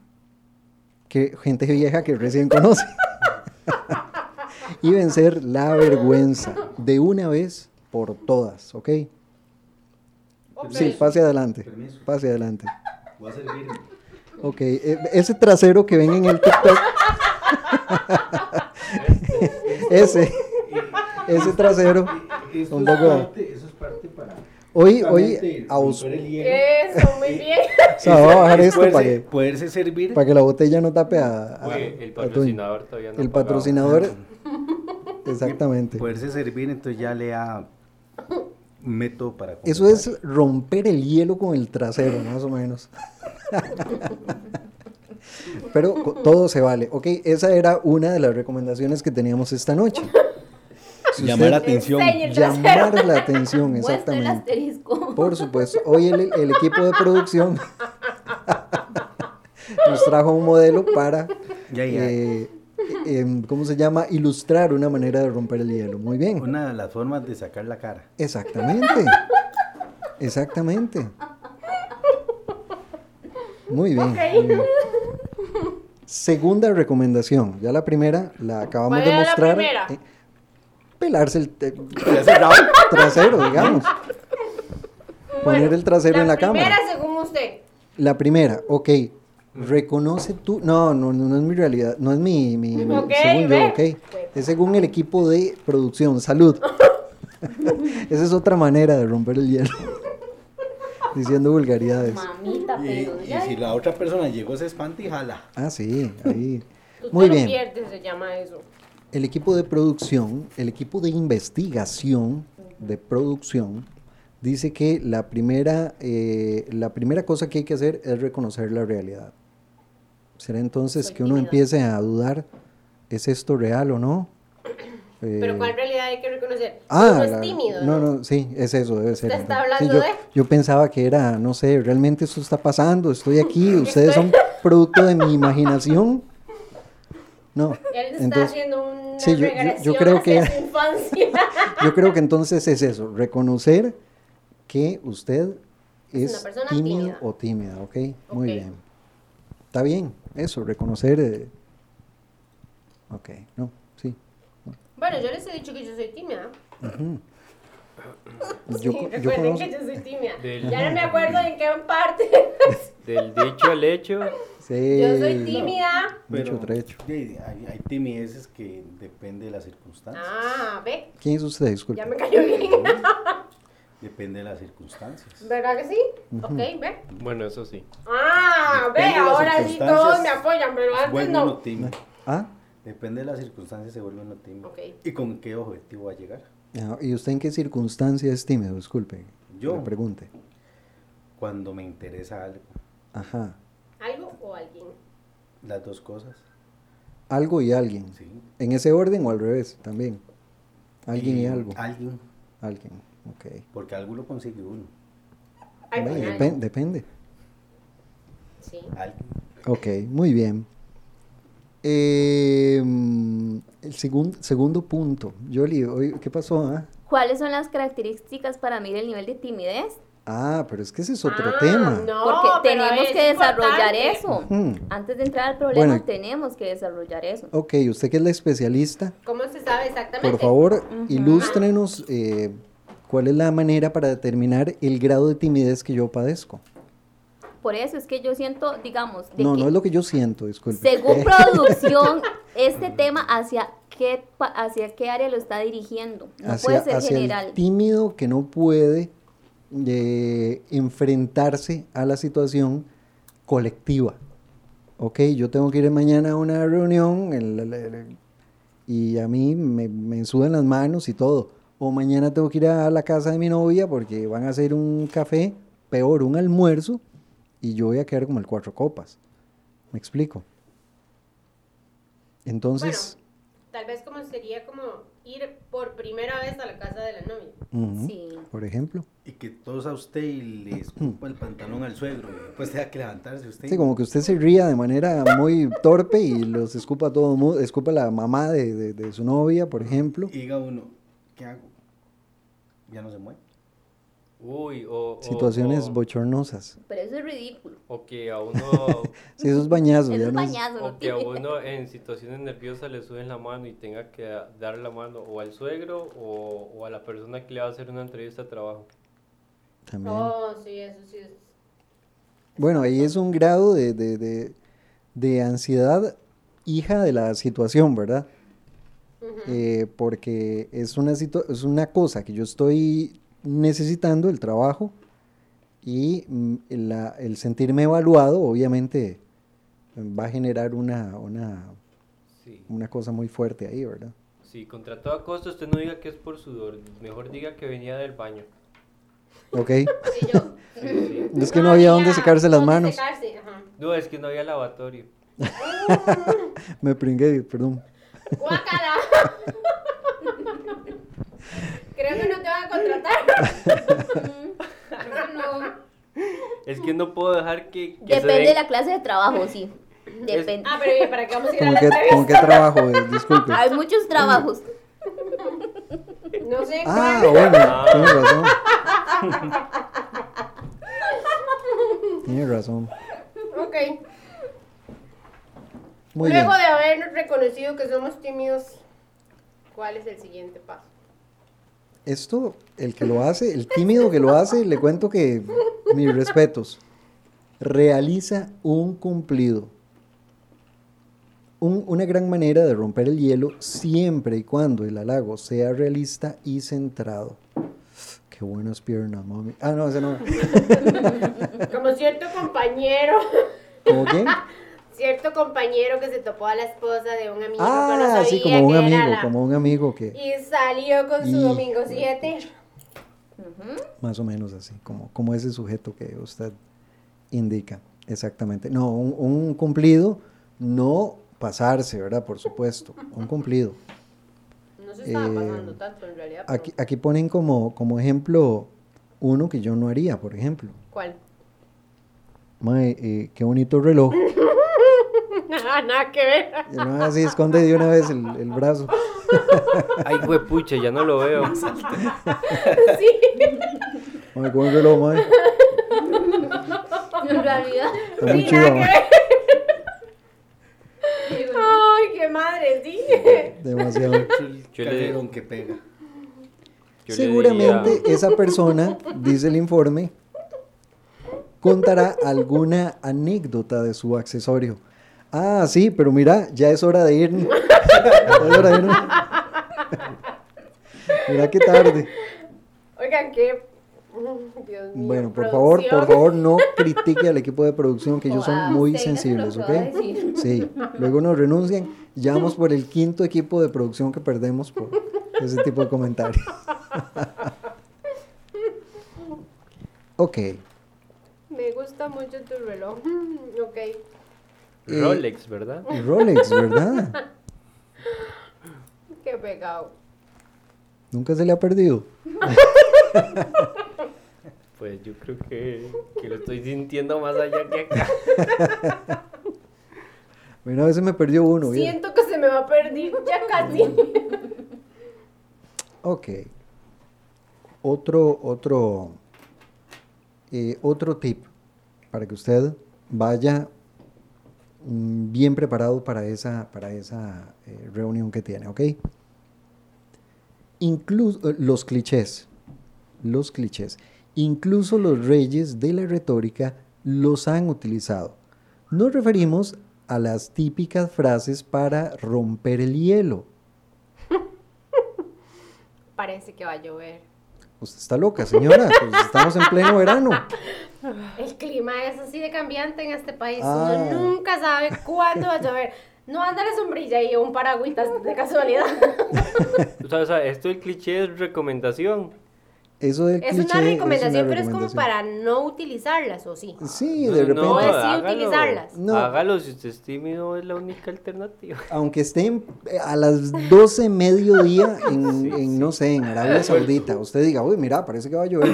Speaker 3: que gente vieja que recién conoce. y vencer la vergüenza de una vez por todas, ¿ok?
Speaker 4: Ok.
Speaker 3: Sí, pase adelante.
Speaker 7: Permiso.
Speaker 3: Pase adelante.
Speaker 7: Voy a servirme.
Speaker 3: Ok, e- ese trasero que ven en el TikTok. ese, ese trasero.
Speaker 7: Esto
Speaker 3: Un
Speaker 7: es
Speaker 3: poco-
Speaker 7: parte- eso es parte para.
Speaker 3: Hoy, hoy,
Speaker 7: justamente
Speaker 3: a us-
Speaker 7: romper el hielo.
Speaker 4: Eso, muy bien.
Speaker 3: o sea, voy a bajar esto para
Speaker 7: Poderse-
Speaker 3: que,
Speaker 7: Poderse servir.
Speaker 3: para que la botella no tape a, a-
Speaker 6: Oye, el
Speaker 3: a Toño.
Speaker 6: patrocinador todavía no
Speaker 3: Ah, El
Speaker 6: ha pagado.
Speaker 3: patrocinador. Exactamente.
Speaker 7: Poderse servir, entonces ya le da método para.
Speaker 3: Eso es romper el hielo con el trasero, más o menos. Pero co- todo se vale. Ok, esa era una de las recomendaciones que teníamos esta noche. Si
Speaker 7: Llamar la
Speaker 3: usted-
Speaker 7: atención.
Speaker 4: Enseñe el trasero.
Speaker 3: Llamar la atención,
Speaker 5: Muestra el
Speaker 3: exactamente.
Speaker 5: asterisco.
Speaker 3: Por supuesto, hoy el, el equipo de producción nos trajo un modelo para,
Speaker 7: Ya, ya.
Speaker 3: eh, em, ¿cómo se llama? Ilustrar una manera de romper el hielo. Muy bien.
Speaker 7: Una de las formas de sacar la cara.
Speaker 3: Exactamente. Exactamente. Muy bien. muy bien. Segunda recomendación. Ya la primera la acabamos
Speaker 4: ¿Cuál
Speaker 3: de
Speaker 4: era la
Speaker 3: mostrar.
Speaker 4: primera?
Speaker 3: eh, pelarse el te-
Speaker 7: Ya cerrado.
Speaker 3: trasero, digamos. Poner el trasero en la
Speaker 4: primera,
Speaker 3: cámara.
Speaker 4: según usted.
Speaker 3: La primera, ok. Reconoce tú. No, no, no no es mi realidad. No es mi. mi, mi-
Speaker 4: Ok,
Speaker 3: según yo,
Speaker 4: ve.
Speaker 3: ok. Es según el equipo de producción. Salud. Esa es otra manera de romper el hielo. Diciendo vulgaridades.
Speaker 5: Mamita,
Speaker 7: Y,
Speaker 5: pero
Speaker 7: y
Speaker 5: ya.
Speaker 7: si la otra persona llegó, se espanta y jala.
Speaker 3: Ah, sí, ahí.
Speaker 4: Tú
Speaker 3: Muy
Speaker 4: te
Speaker 3: bien.
Speaker 4: lo pierdes, se llama eso.
Speaker 3: El equipo de producción, el equipo de investigación de producción, dice que la primera, eh, la primera cosa que hay que hacer es reconocer la realidad. ¿Será entonces
Speaker 4: Soy
Speaker 3: que uno
Speaker 4: tímida.
Speaker 3: empiece a dudar, ¿es esto real o no? Eh,
Speaker 4: Pero ¿cuál realidad hay que reconocer?
Speaker 3: Ah,
Speaker 4: Uno es
Speaker 3: la-
Speaker 4: tímido.
Speaker 3: No, no, sí, es eso, debe ser.
Speaker 4: Usted está
Speaker 3: entonces. Sí,
Speaker 4: hablando
Speaker 3: yo,
Speaker 4: de-
Speaker 3: yo pensaba que era, no sé, realmente esto está pasando, estoy aquí, ustedes son producto de mi imaginación. No.
Speaker 4: Él está
Speaker 3: entonces-
Speaker 4: haciendo una
Speaker 3: sí, yo- yo- yo
Speaker 4: regresión
Speaker 3: creo
Speaker 4: hacia
Speaker 3: que-
Speaker 4: su infancia.
Speaker 3: Yo creo que entonces es eso, reconocer que usted
Speaker 4: Es
Speaker 3: es,
Speaker 4: una persona
Speaker 3: tímido
Speaker 4: tímida.
Speaker 3: o tímida, ¿ok? Muy
Speaker 4: Ok.
Speaker 3: bien. Está bien, eso, reconocer... eh, Ok, no, sí.
Speaker 4: bueno, yo les he dicho que yo soy tímida.
Speaker 3: Yo,
Speaker 4: Sí,
Speaker 3: co- Pues yo
Speaker 4: recuerden
Speaker 3: conozco...
Speaker 4: que yo soy tímida.
Speaker 6: Del-
Speaker 4: Ya no me acuerdo en qué parte.
Speaker 6: Del dicho al hecho,
Speaker 3: Sí,
Speaker 4: yo soy tímida.
Speaker 3: Dicho trecho.
Speaker 7: sí, hay, hay timideces que depende de las circunstancias.
Speaker 4: Ah, ve,
Speaker 3: ¿Quién es usted? Disculpe.
Speaker 4: ya me cayó bien.
Speaker 7: Depende de las circunstancias.
Speaker 4: ¿Verdad que sí? Ok, ve.
Speaker 6: bueno, eso sí.
Speaker 4: Ah, ve,
Speaker 7: Depende de las
Speaker 4: ahora sí todos
Speaker 7: circunstancias,
Speaker 4: me apoyan, pero
Speaker 7: Se
Speaker 4: antes
Speaker 7: Vuelve
Speaker 4: no.
Speaker 7: uno tímido.
Speaker 3: Ah,
Speaker 7: Depende de las circunstancias, se vuelve uno tímido.
Speaker 4: Ok.
Speaker 7: ¿Y con qué objetivo va a llegar?
Speaker 3: ah, ¿y usted en qué circunstancia es tímido? Disculpe.
Speaker 7: Yo.
Speaker 3: Le pregunte.
Speaker 7: Cuando me interesa algo.
Speaker 3: Ajá.
Speaker 4: ¿Algo o alguien?
Speaker 7: Las dos cosas.
Speaker 3: Algo y alguien.
Speaker 7: Sí.
Speaker 3: ¿En ese orden o al revés? También. Alguien y,
Speaker 7: Y
Speaker 3: algo.
Speaker 7: Alguien.
Speaker 3: Alguien, ok.
Speaker 7: Porque algo lo consigue uno.
Speaker 4: Al
Speaker 3: Bueno,
Speaker 4: final.
Speaker 3: depen- depende.
Speaker 4: Sí.
Speaker 7: Alguien.
Speaker 3: Ok, muy bien. Eh, mm, el segun- segundo punto. Yoli, hoy- ¿qué pasó? ah?
Speaker 5: ¿Cuáles son las características para medir el nivel de timidez?
Speaker 3: Ah, pero es que ese es otro
Speaker 4: Ah,
Speaker 3: tema.
Speaker 4: No,
Speaker 5: Porque
Speaker 4: pero
Speaker 5: tenemos
Speaker 4: es
Speaker 5: que desarrollar
Speaker 4: importante.
Speaker 5: eso.
Speaker 3: Ujú.
Speaker 5: Antes de entrar al problema,
Speaker 3: Bueno.
Speaker 5: tenemos que desarrollar eso.
Speaker 3: Ok, usted que es la especialista,
Speaker 4: ¿Cómo se sabe exactamente?
Speaker 3: por favor, ilústrenos eh, cuál es la manera para determinar el grado de timidez que yo padezco.
Speaker 5: Por eso es que yo siento, digamos, de
Speaker 3: No,
Speaker 5: que
Speaker 3: no es lo que yo siento, disculpe.
Speaker 5: según
Speaker 3: Eh,
Speaker 5: producción, este tema hacia qué, pa- hacia qué área lo está dirigiendo. No puede ser
Speaker 3: hacia
Speaker 5: general.
Speaker 3: el tímido que no puede eh, enfrentarse a la situación colectiva. Ok, yo tengo que ir mañana a una reunión el- el- el- y a mí me, me sudan las manos y todo. O mañana tengo que ir a la casa de mi novia porque van a hacer un café, peor, un almuerzo, y yo voy a quedar como el cuatro copas. ¿Me explico? Entonces,
Speaker 4: Tal vez como sería como ir por primera vez a la casa de la novia.
Speaker 3: ujú,
Speaker 5: Sí.
Speaker 3: por ejemplo.
Speaker 7: Y que todos a usted y le escupa el pantalón al suegro. Y después tenga que levantarse usted.
Speaker 3: Sí, como que usted se ría de manera muy torpe y los escupa a todo mundo, escupa a la mamá de, de- de su novia, por ejemplo.
Speaker 7: Y diga uno, ¿qué hago? Ya no se mueve.
Speaker 6: Uy, o... o-
Speaker 3: Situaciones
Speaker 6: o-
Speaker 3: bochornosas.
Speaker 5: Pero eso es ridículo.
Speaker 6: O que a uno,
Speaker 3: Sí, esos bañazos.
Speaker 5: Es
Speaker 3: ya
Speaker 5: un
Speaker 3: no es-
Speaker 5: bañazo. no
Speaker 6: o que a
Speaker 5: tiene-
Speaker 6: uno en situaciones nerviosas le suben la mano y tenga que a- dar la mano o al suegro o, o a la persona que le va a hacer una entrevista de trabajo.
Speaker 3: también.
Speaker 4: Oh, sí, eso sí es.
Speaker 3: Bueno, ahí es un grado de, de- de- de ansiedad hija de la situación, ¿verdad? Eh, porque es una, situa- es una cosa que yo estoy necesitando, el trabajo, y mm, la- el sentirme evaluado, obviamente, mm, va a generar una, una,
Speaker 6: Sí.
Speaker 3: una cosa muy fuerte ahí, ¿verdad?
Speaker 6: Si contra toda costa usted no diga que es por sudor, mejor diga que venía del baño.
Speaker 3: Ok.
Speaker 4: Sí, yo.
Speaker 6: Sí.
Speaker 3: Es que no había dónde secarse las manos.
Speaker 4: secarse, ajá.
Speaker 6: No, es que no había lavatorio.
Speaker 3: Me pringué, perdón.
Speaker 4: ¡Guácala! Creo que no te van a contratar. Claro, no.
Speaker 6: Es que no puedo dejar que... que se
Speaker 5: Depende
Speaker 6: den-
Speaker 5: de la clase de trabajo, sí. Depende.
Speaker 4: Ah, pero ¿y ¿para qué vamos a ir a
Speaker 3: Como
Speaker 4: la
Speaker 3: que, como que
Speaker 4: entrevista?
Speaker 3: trabajo, eh, disculpe.
Speaker 5: Hay muchos trabajos.
Speaker 4: No sé
Speaker 3: Ah,
Speaker 4: cuál.
Speaker 3: bueno, tiene razón. Tiene razón.
Speaker 4: Ok.
Speaker 3: Muy bien.
Speaker 4: Luego de haber reconocido que somos tímidos, ¿cuál es el siguiente paso?
Speaker 3: Esto, el que lo hace, el tímido que lo hace, le cuento que mis respetos. realiza un cumplido. Un- una gran manera de romper el hielo siempre y cuando el halago sea realista y centrado. Qué buenas piernas, mami. Ah, no, ese no.
Speaker 4: Como cierto compañero,
Speaker 3: ¿Cómo quién?
Speaker 4: cierto compañero que se topó a la esposa de un amigo que no
Speaker 3: Ah,
Speaker 4: sabía
Speaker 3: sí, como un
Speaker 4: que era
Speaker 3: amigo,
Speaker 4: la-
Speaker 3: como un amigo que
Speaker 4: Y salió con su
Speaker 3: Hijo
Speaker 4: domingo 7.
Speaker 3: más o menos así, como, como ese sujeto que usted indica. Exactamente. No, un, un cumplido, no pasarse, ¿verdad? Por supuesto, un cumplido.
Speaker 4: No se estaba
Speaker 3: Eh,
Speaker 4: pasando tanto en realidad. pero-
Speaker 3: Aquí, aquí ponen como, como ejemplo uno que yo no haría, por ejemplo.
Speaker 4: ¿Cuál?
Speaker 3: Mae, eh, qué bonito reloj.
Speaker 4: Nada, nada que ver.
Speaker 3: Y el mae así esconde de una vez el, el brazo.
Speaker 6: Ay, huepucha, ya no lo veo.
Speaker 3: Mae, qué buen reloj, mae.
Speaker 5: En realidad,
Speaker 3: Está muy
Speaker 4: Sí,
Speaker 3: chido,
Speaker 4: nada que
Speaker 3: mae.
Speaker 4: Ay, qué madre, sí.
Speaker 3: Demasiado.
Speaker 6: Yo
Speaker 7: Yo
Speaker 6: le-
Speaker 7: le pues, que pega.
Speaker 6: Yo le
Speaker 3: Seguramente eh,
Speaker 6: diría-
Speaker 3: esa persona, dice el informe, contará alguna anécdota de su accesorio. Ah, sí, pero mira, ya es hora de irme. Ya es hora de irme. Mira qué tarde.
Speaker 4: Oigan, qué. Dios mío.
Speaker 3: Bueno, por favor, por
Speaker 4: producción.
Speaker 3: favor, no critique al equipo de producción, que ellos son
Speaker 5: Wow,
Speaker 3: muy
Speaker 5: Ah, usted ya se lo
Speaker 3: sensibles, ¿ok?
Speaker 5: acaba de decir.
Speaker 3: Sí, luego nos renuncian. Ya vamos por el quinto equipo de producción que perdemos por ese tipo de comentarios. ok,
Speaker 4: Me gusta mucho tu reloj. Mm, Ok.
Speaker 6: Rolex, ¿verdad?
Speaker 3: Rolex, ¿verdad?
Speaker 4: Qué pegado.
Speaker 3: Nunca se le ha perdido.
Speaker 6: Pues yo creo que, que lo estoy sintiendo más allá que acá.
Speaker 3: Mira, a veces me perdió uno. ¿vieron?
Speaker 4: Siento que se me va a perder ya casi.
Speaker 3: Ok. Otro, otro, eh, otro tip para que usted vaya mm, bien preparado para esa, para esa eh, reunión que tiene, ¿ok? Incluso eh, los clichés, los clichés, incluso los reyes de la retórica los han utilizado. Nos referimos a las típicas frases para romper el hielo.
Speaker 4: Parece que va a llover.
Speaker 3: Usted está loca, señora. Pues estamos en pleno verano.
Speaker 4: El clima es así de cambiante en este país.
Speaker 3: Ah.
Speaker 4: Uno nunca sabe cuándo va a llover. No anda la sombrilla y un paragüitas de casualidad.
Speaker 6: O sea, o sea, esto del cliché es recomendación.
Speaker 3: Eso del
Speaker 4: Es
Speaker 3: cliché
Speaker 4: una recomendación, pero es como
Speaker 3: recomendación.
Speaker 4: para no utilizarlas, ¿o sí?
Speaker 3: Sí,
Speaker 6: No,
Speaker 3: de repente.
Speaker 6: no,
Speaker 4: Pues sí,
Speaker 6: hágalo.
Speaker 4: utilizarlas.
Speaker 3: No.
Speaker 6: Hágalo si usted es tímido, es la única alternativa.
Speaker 3: Aunque estén eh, a las 12 mediodía en, en, no sé, en Arabia Saudita, usted diga, uy, mira, parece que va a llover.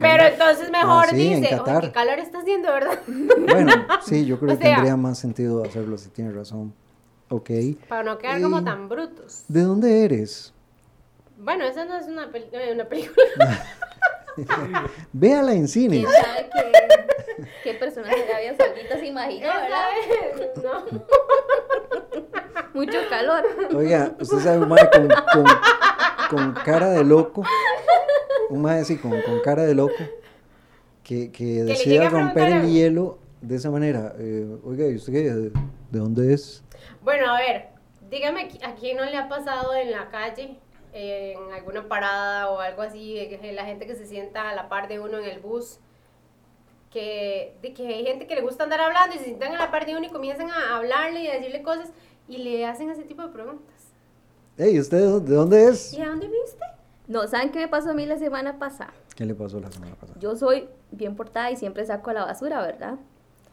Speaker 4: Pero entonces mejor
Speaker 3: Ah, sí, en
Speaker 4: dice,
Speaker 3: Qatar.
Speaker 4: "Oye, qué calor está haciendo, ¿verdad?
Speaker 3: Bueno, sí, yo creo
Speaker 4: O
Speaker 3: que
Speaker 4: sea.
Speaker 3: tendría más sentido hacerlo si tiene razón. Ok.
Speaker 4: Para no quedar
Speaker 3: Ey.
Speaker 4: como tan brutos.
Speaker 3: ¿De dónde eres?
Speaker 4: Bueno, esa no es una, peli- eh, una película.
Speaker 3: Véala en
Speaker 5: quién
Speaker 3: cines.
Speaker 5: sabe qué, qué personaje de Arabia Saudita se imagina, ¿verdad?
Speaker 4: ¿sabes? No.
Speaker 5: Mucho calor.
Speaker 3: Oiga, usted sabe, un mae con, con- con cara de loco, un mae así, con, con cara de loco, que, que
Speaker 4: le llegue
Speaker 3: decida
Speaker 4: a
Speaker 3: romper el
Speaker 4: preguntar a-
Speaker 3: hielo de esa manera. eh, oiga, ¿y usted qué? ¿De de dónde es?
Speaker 4: Bueno, a ver, dígame qui- a quién no le ha pasado en la calle, eh, en alguna parada o algo así, de que la gente que se sienta a la par de uno en el bus, que, de que hay gente que le gusta andar hablando y se sientan a la par de uno y comienzan a hablarle y a decirle cosas y le hacen ese tipo de preguntas.
Speaker 3: Ey, ¿usted de dó- de dónde es?
Speaker 4: ¿Y a dónde viste?
Speaker 5: No, ¿saben qué me pasó a mí la semana pasada?
Speaker 3: ¿Qué le pasó la semana pasada?
Speaker 5: Yo soy bien portada y siempre saco la basura, ¿verdad?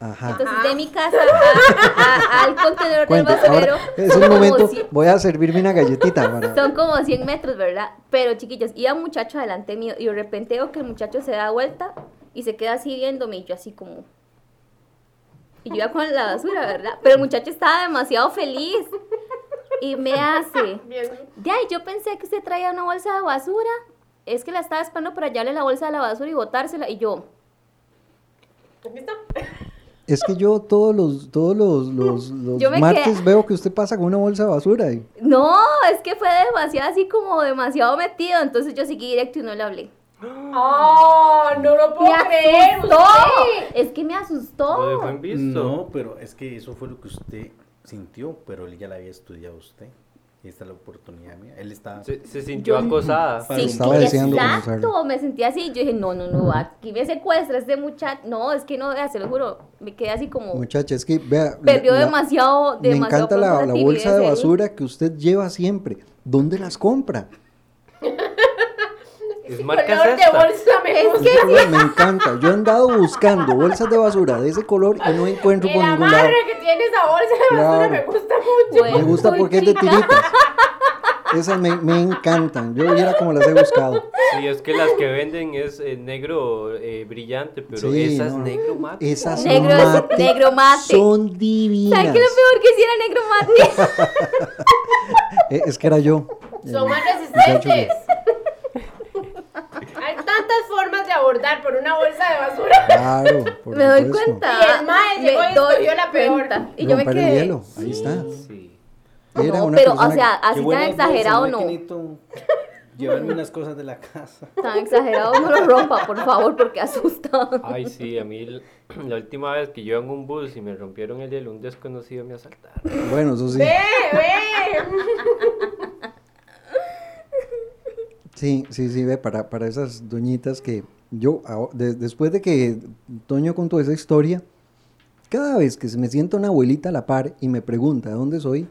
Speaker 3: Ajá.
Speaker 5: Entonces, de mi casa a- a- al contenedor
Speaker 3: Cuente,
Speaker 5: del basurero
Speaker 3: ahora es
Speaker 5: son
Speaker 3: un
Speaker 5: como
Speaker 3: momento,
Speaker 5: cien-
Speaker 3: voy a servirme una galletita para...
Speaker 5: Son como 100 metros, ¿verdad? Pero chiquillos, iba un muchacho delante mío y de repente veo que el muchacho se da vuelta y se queda así viéndome y yo así como... Y yo iba con la basura, ¿verdad? Pero el muchacho estaba demasiado feliz y me hace...
Speaker 4: Bien.
Speaker 5: De ahí yo pensé que usted traía una bolsa de basura. Es que la estaba esperando para hallarle la bolsa de la basura y botársela. Y yo,
Speaker 4: ¿Aquí está?
Speaker 3: Es que yo todos los, todos los, los, los
Speaker 5: Yo me
Speaker 3: martes
Speaker 5: quedé-
Speaker 3: veo que usted pasa con una bolsa de basura. y-
Speaker 5: no, es que fue demasiado así como demasiado metido. Entonces yo seguí directo y no le hablé.
Speaker 4: ¡Oh! ¡No lo puedo
Speaker 5: ¡Me
Speaker 4: creer!
Speaker 5: asustó!
Speaker 4: usted.
Speaker 5: Es que me
Speaker 4: Oh.
Speaker 6: Lo dejó
Speaker 5: asustó.
Speaker 6: en visto.
Speaker 7: No, pero es que eso fue lo que usted sintió, pero él ya la había estudiado a usted. Y esta es la oportunidad mía. Él está...
Speaker 6: Se, se sintió acosada.
Speaker 7: Sí.
Speaker 5: Sí,
Speaker 7: Estaba deseando
Speaker 5: exacto,
Speaker 3: conocerlo.
Speaker 5: me sentí así. Yo dije, no, no, no, aquí me secuestra este muchacho. No, es que no, vea, se lo juro. Me quedé así como.
Speaker 3: Muchacha, es que vea.
Speaker 5: Oh. Perdió
Speaker 3: la-
Speaker 5: demasiado,
Speaker 3: Me
Speaker 5: demasiado
Speaker 3: encanta la,
Speaker 5: pronto
Speaker 3: la
Speaker 5: timidez
Speaker 3: bolsa de
Speaker 5: ahí.
Speaker 3: basura que usted lleva siempre. ¿Dónde las compra?
Speaker 6: Es
Speaker 4: Ese
Speaker 6: marca
Speaker 4: color de
Speaker 6: esta.
Speaker 4: bolsa me gusta.
Speaker 3: Uy, me encanta. Yo he andado buscando bolsas de basura de ese color y no encuentro
Speaker 4: Y
Speaker 3: por
Speaker 4: la
Speaker 3: ningún lado.
Speaker 4: madre que tiene esa bolsa de basura
Speaker 3: Claro.
Speaker 4: me gusta mucho.
Speaker 5: Bueno,
Speaker 3: Me gusta
Speaker 5: muy
Speaker 3: porque es de
Speaker 5: chica.
Speaker 3: tiritas. Esas me, me encantan. Yo viera como las he buscado.
Speaker 6: Y es que las que venden es eh, negro eh, brillante, pero
Speaker 3: Sí,
Speaker 6: esas
Speaker 3: no.
Speaker 6: negro mate.
Speaker 3: Esas
Speaker 5: Negro-
Speaker 3: mate,
Speaker 5: negro mate.
Speaker 3: son
Speaker 5: ¿Sabes
Speaker 3: divinas.
Speaker 5: qué es lo peor que hiciera negro mate?
Speaker 3: Eh, es que era yo.
Speaker 4: Son
Speaker 3: Eh,
Speaker 4: más
Speaker 3: muchacho
Speaker 4: resistentes. Hay tantas formas de abordar por una bolsa de basura.
Speaker 3: Claro, por
Speaker 5: me doy
Speaker 3: supuesto.
Speaker 5: cuenta.
Speaker 4: Y el mae
Speaker 5: me
Speaker 4: llegó y
Speaker 5: doy
Speaker 4: escogió la peor.
Speaker 5: cuenta. Y yo me
Speaker 3: Romper el
Speaker 5: quedé.
Speaker 3: hielo, ahí está.
Speaker 6: Sí.
Speaker 3: Era
Speaker 5: no,
Speaker 3: una
Speaker 5: pero, o
Speaker 3: persona
Speaker 5: sea,
Speaker 7: Qué
Speaker 5: así tan
Speaker 7: buena bolsa,
Speaker 5: exagerado no.
Speaker 7: maquinito. Llevarme unas cosas de la casa.
Speaker 5: Tan exagerado no lo rompa, por favor, porque asusta.
Speaker 6: Ay, sí, a mí l- la última vez que yo en un bus y me rompieron el hielo, un desconocido me asaltaron.
Speaker 3: que- Bueno, eso sí.
Speaker 4: Ve, ve.
Speaker 3: Sí, sí, sí, ve, para, para esas doñitas que yo, aho- de- después de que Toño contó esa historia, cada vez que se me sienta una abuelita a la par y me pregunta dónde soy,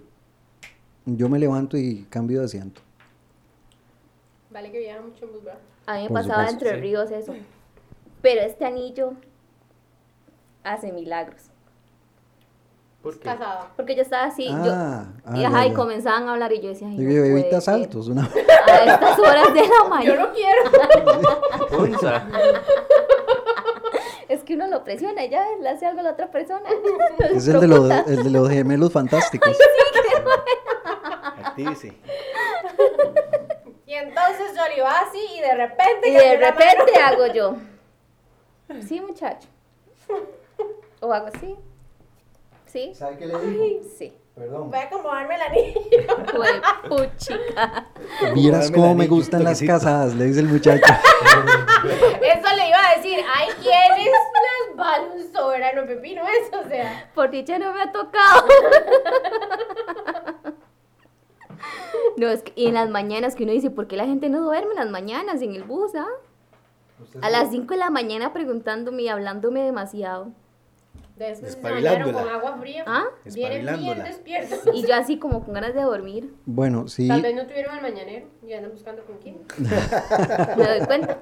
Speaker 3: yo me levanto y cambio de asiento.
Speaker 4: Vale que viaja mucho en bus, ¿verdad?
Speaker 5: A mí me
Speaker 3: Por
Speaker 5: pasaba
Speaker 3: supuesto,
Speaker 5: entre
Speaker 6: sí.
Speaker 5: ríos eso. Pero este anillo hace milagros.
Speaker 6: ¿Por qué?
Speaker 4: Casada.
Speaker 5: Porque yo estaba así, yo-
Speaker 3: Ah, ah,
Speaker 5: y, ajá,
Speaker 3: ya,
Speaker 5: y
Speaker 3: ya.
Speaker 5: comenzaban a hablar y yo decía, ay,
Speaker 3: Digo,
Speaker 5: no
Speaker 3: yo,
Speaker 5: puede
Speaker 3: evita
Speaker 5: ser".
Speaker 3: saltos, una
Speaker 5: A estas horas de la
Speaker 4: Yo
Speaker 5: mañana.
Speaker 4: no quiero.
Speaker 6: Punza.
Speaker 5: Es que uno lo presiona, y ya le hace algo a la otra persona.
Speaker 3: es el de, los, el de los gemelos fantásticos.
Speaker 7: Actívese.
Speaker 4: Y entonces yo le iba así y de repente.
Speaker 5: Y
Speaker 4: cambió
Speaker 5: de
Speaker 4: la
Speaker 5: repente hago yo. Sí, muchacho. O hago así. Sí.
Speaker 3: ¿Sabe qué le
Speaker 5: Ay, sí.
Speaker 4: mano.
Speaker 3: Perdón.
Speaker 4: Voy a acomodarme el anillo.
Speaker 5: Fue puchica.
Speaker 3: Vieras
Speaker 7: Dame
Speaker 3: cómo
Speaker 7: el
Speaker 3: me
Speaker 7: anillo,
Speaker 3: gustan las
Speaker 7: toquecito.
Speaker 3: casadas, le dice el muchacho.
Speaker 4: Eso le iba a decir. Hay quienes les vale un soberano pepino eso, o sea.
Speaker 5: Por dicha no me ha tocado. No, es que y en las mañanas que uno dice, ¿por qué la gente no duerme en las mañanas en el bus, ah? A las 5 de la mañana preguntándome y hablándome demasiado.
Speaker 4: De eso se bañaron
Speaker 7: Espabilándola.
Speaker 4: con agua fría.
Speaker 5: ¿Ah?
Speaker 4: Vienen bien
Speaker 7: Espabilándola.
Speaker 4: despiertos.
Speaker 5: Y yo así como con ganas de dormir.
Speaker 3: Bueno, sí,
Speaker 4: Tal vez no tuvieron el mañanero y andan buscando con quién.
Speaker 5: Me doy cuenta.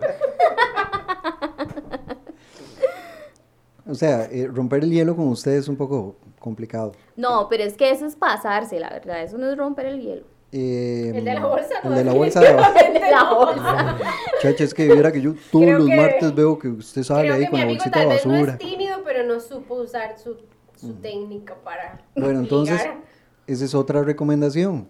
Speaker 3: o sea, eh, romper el hielo con ustedes es un poco complicado.
Speaker 5: No, pero es que eso es pasarse, la verdad. Eso no es romper el hielo.
Speaker 3: Eh,
Speaker 4: El de la bolsa no.
Speaker 3: El de la bolsa de basura.
Speaker 5: La bolsa.
Speaker 3: Chacha, es que viera que yo todos
Speaker 4: Creo
Speaker 3: los
Speaker 4: que-
Speaker 3: martes veo que usted sale
Speaker 4: Creo
Speaker 3: ahí
Speaker 4: que
Speaker 3: con
Speaker 4: mi
Speaker 3: la
Speaker 4: amigo
Speaker 3: bolsita de
Speaker 4: tal vez no
Speaker 3: basura. Mm.
Speaker 4: es tímido, pero no supo usar su, su técnica para.
Speaker 3: Bueno, entonces,
Speaker 4: ligar.
Speaker 3: esa es otra recomendación.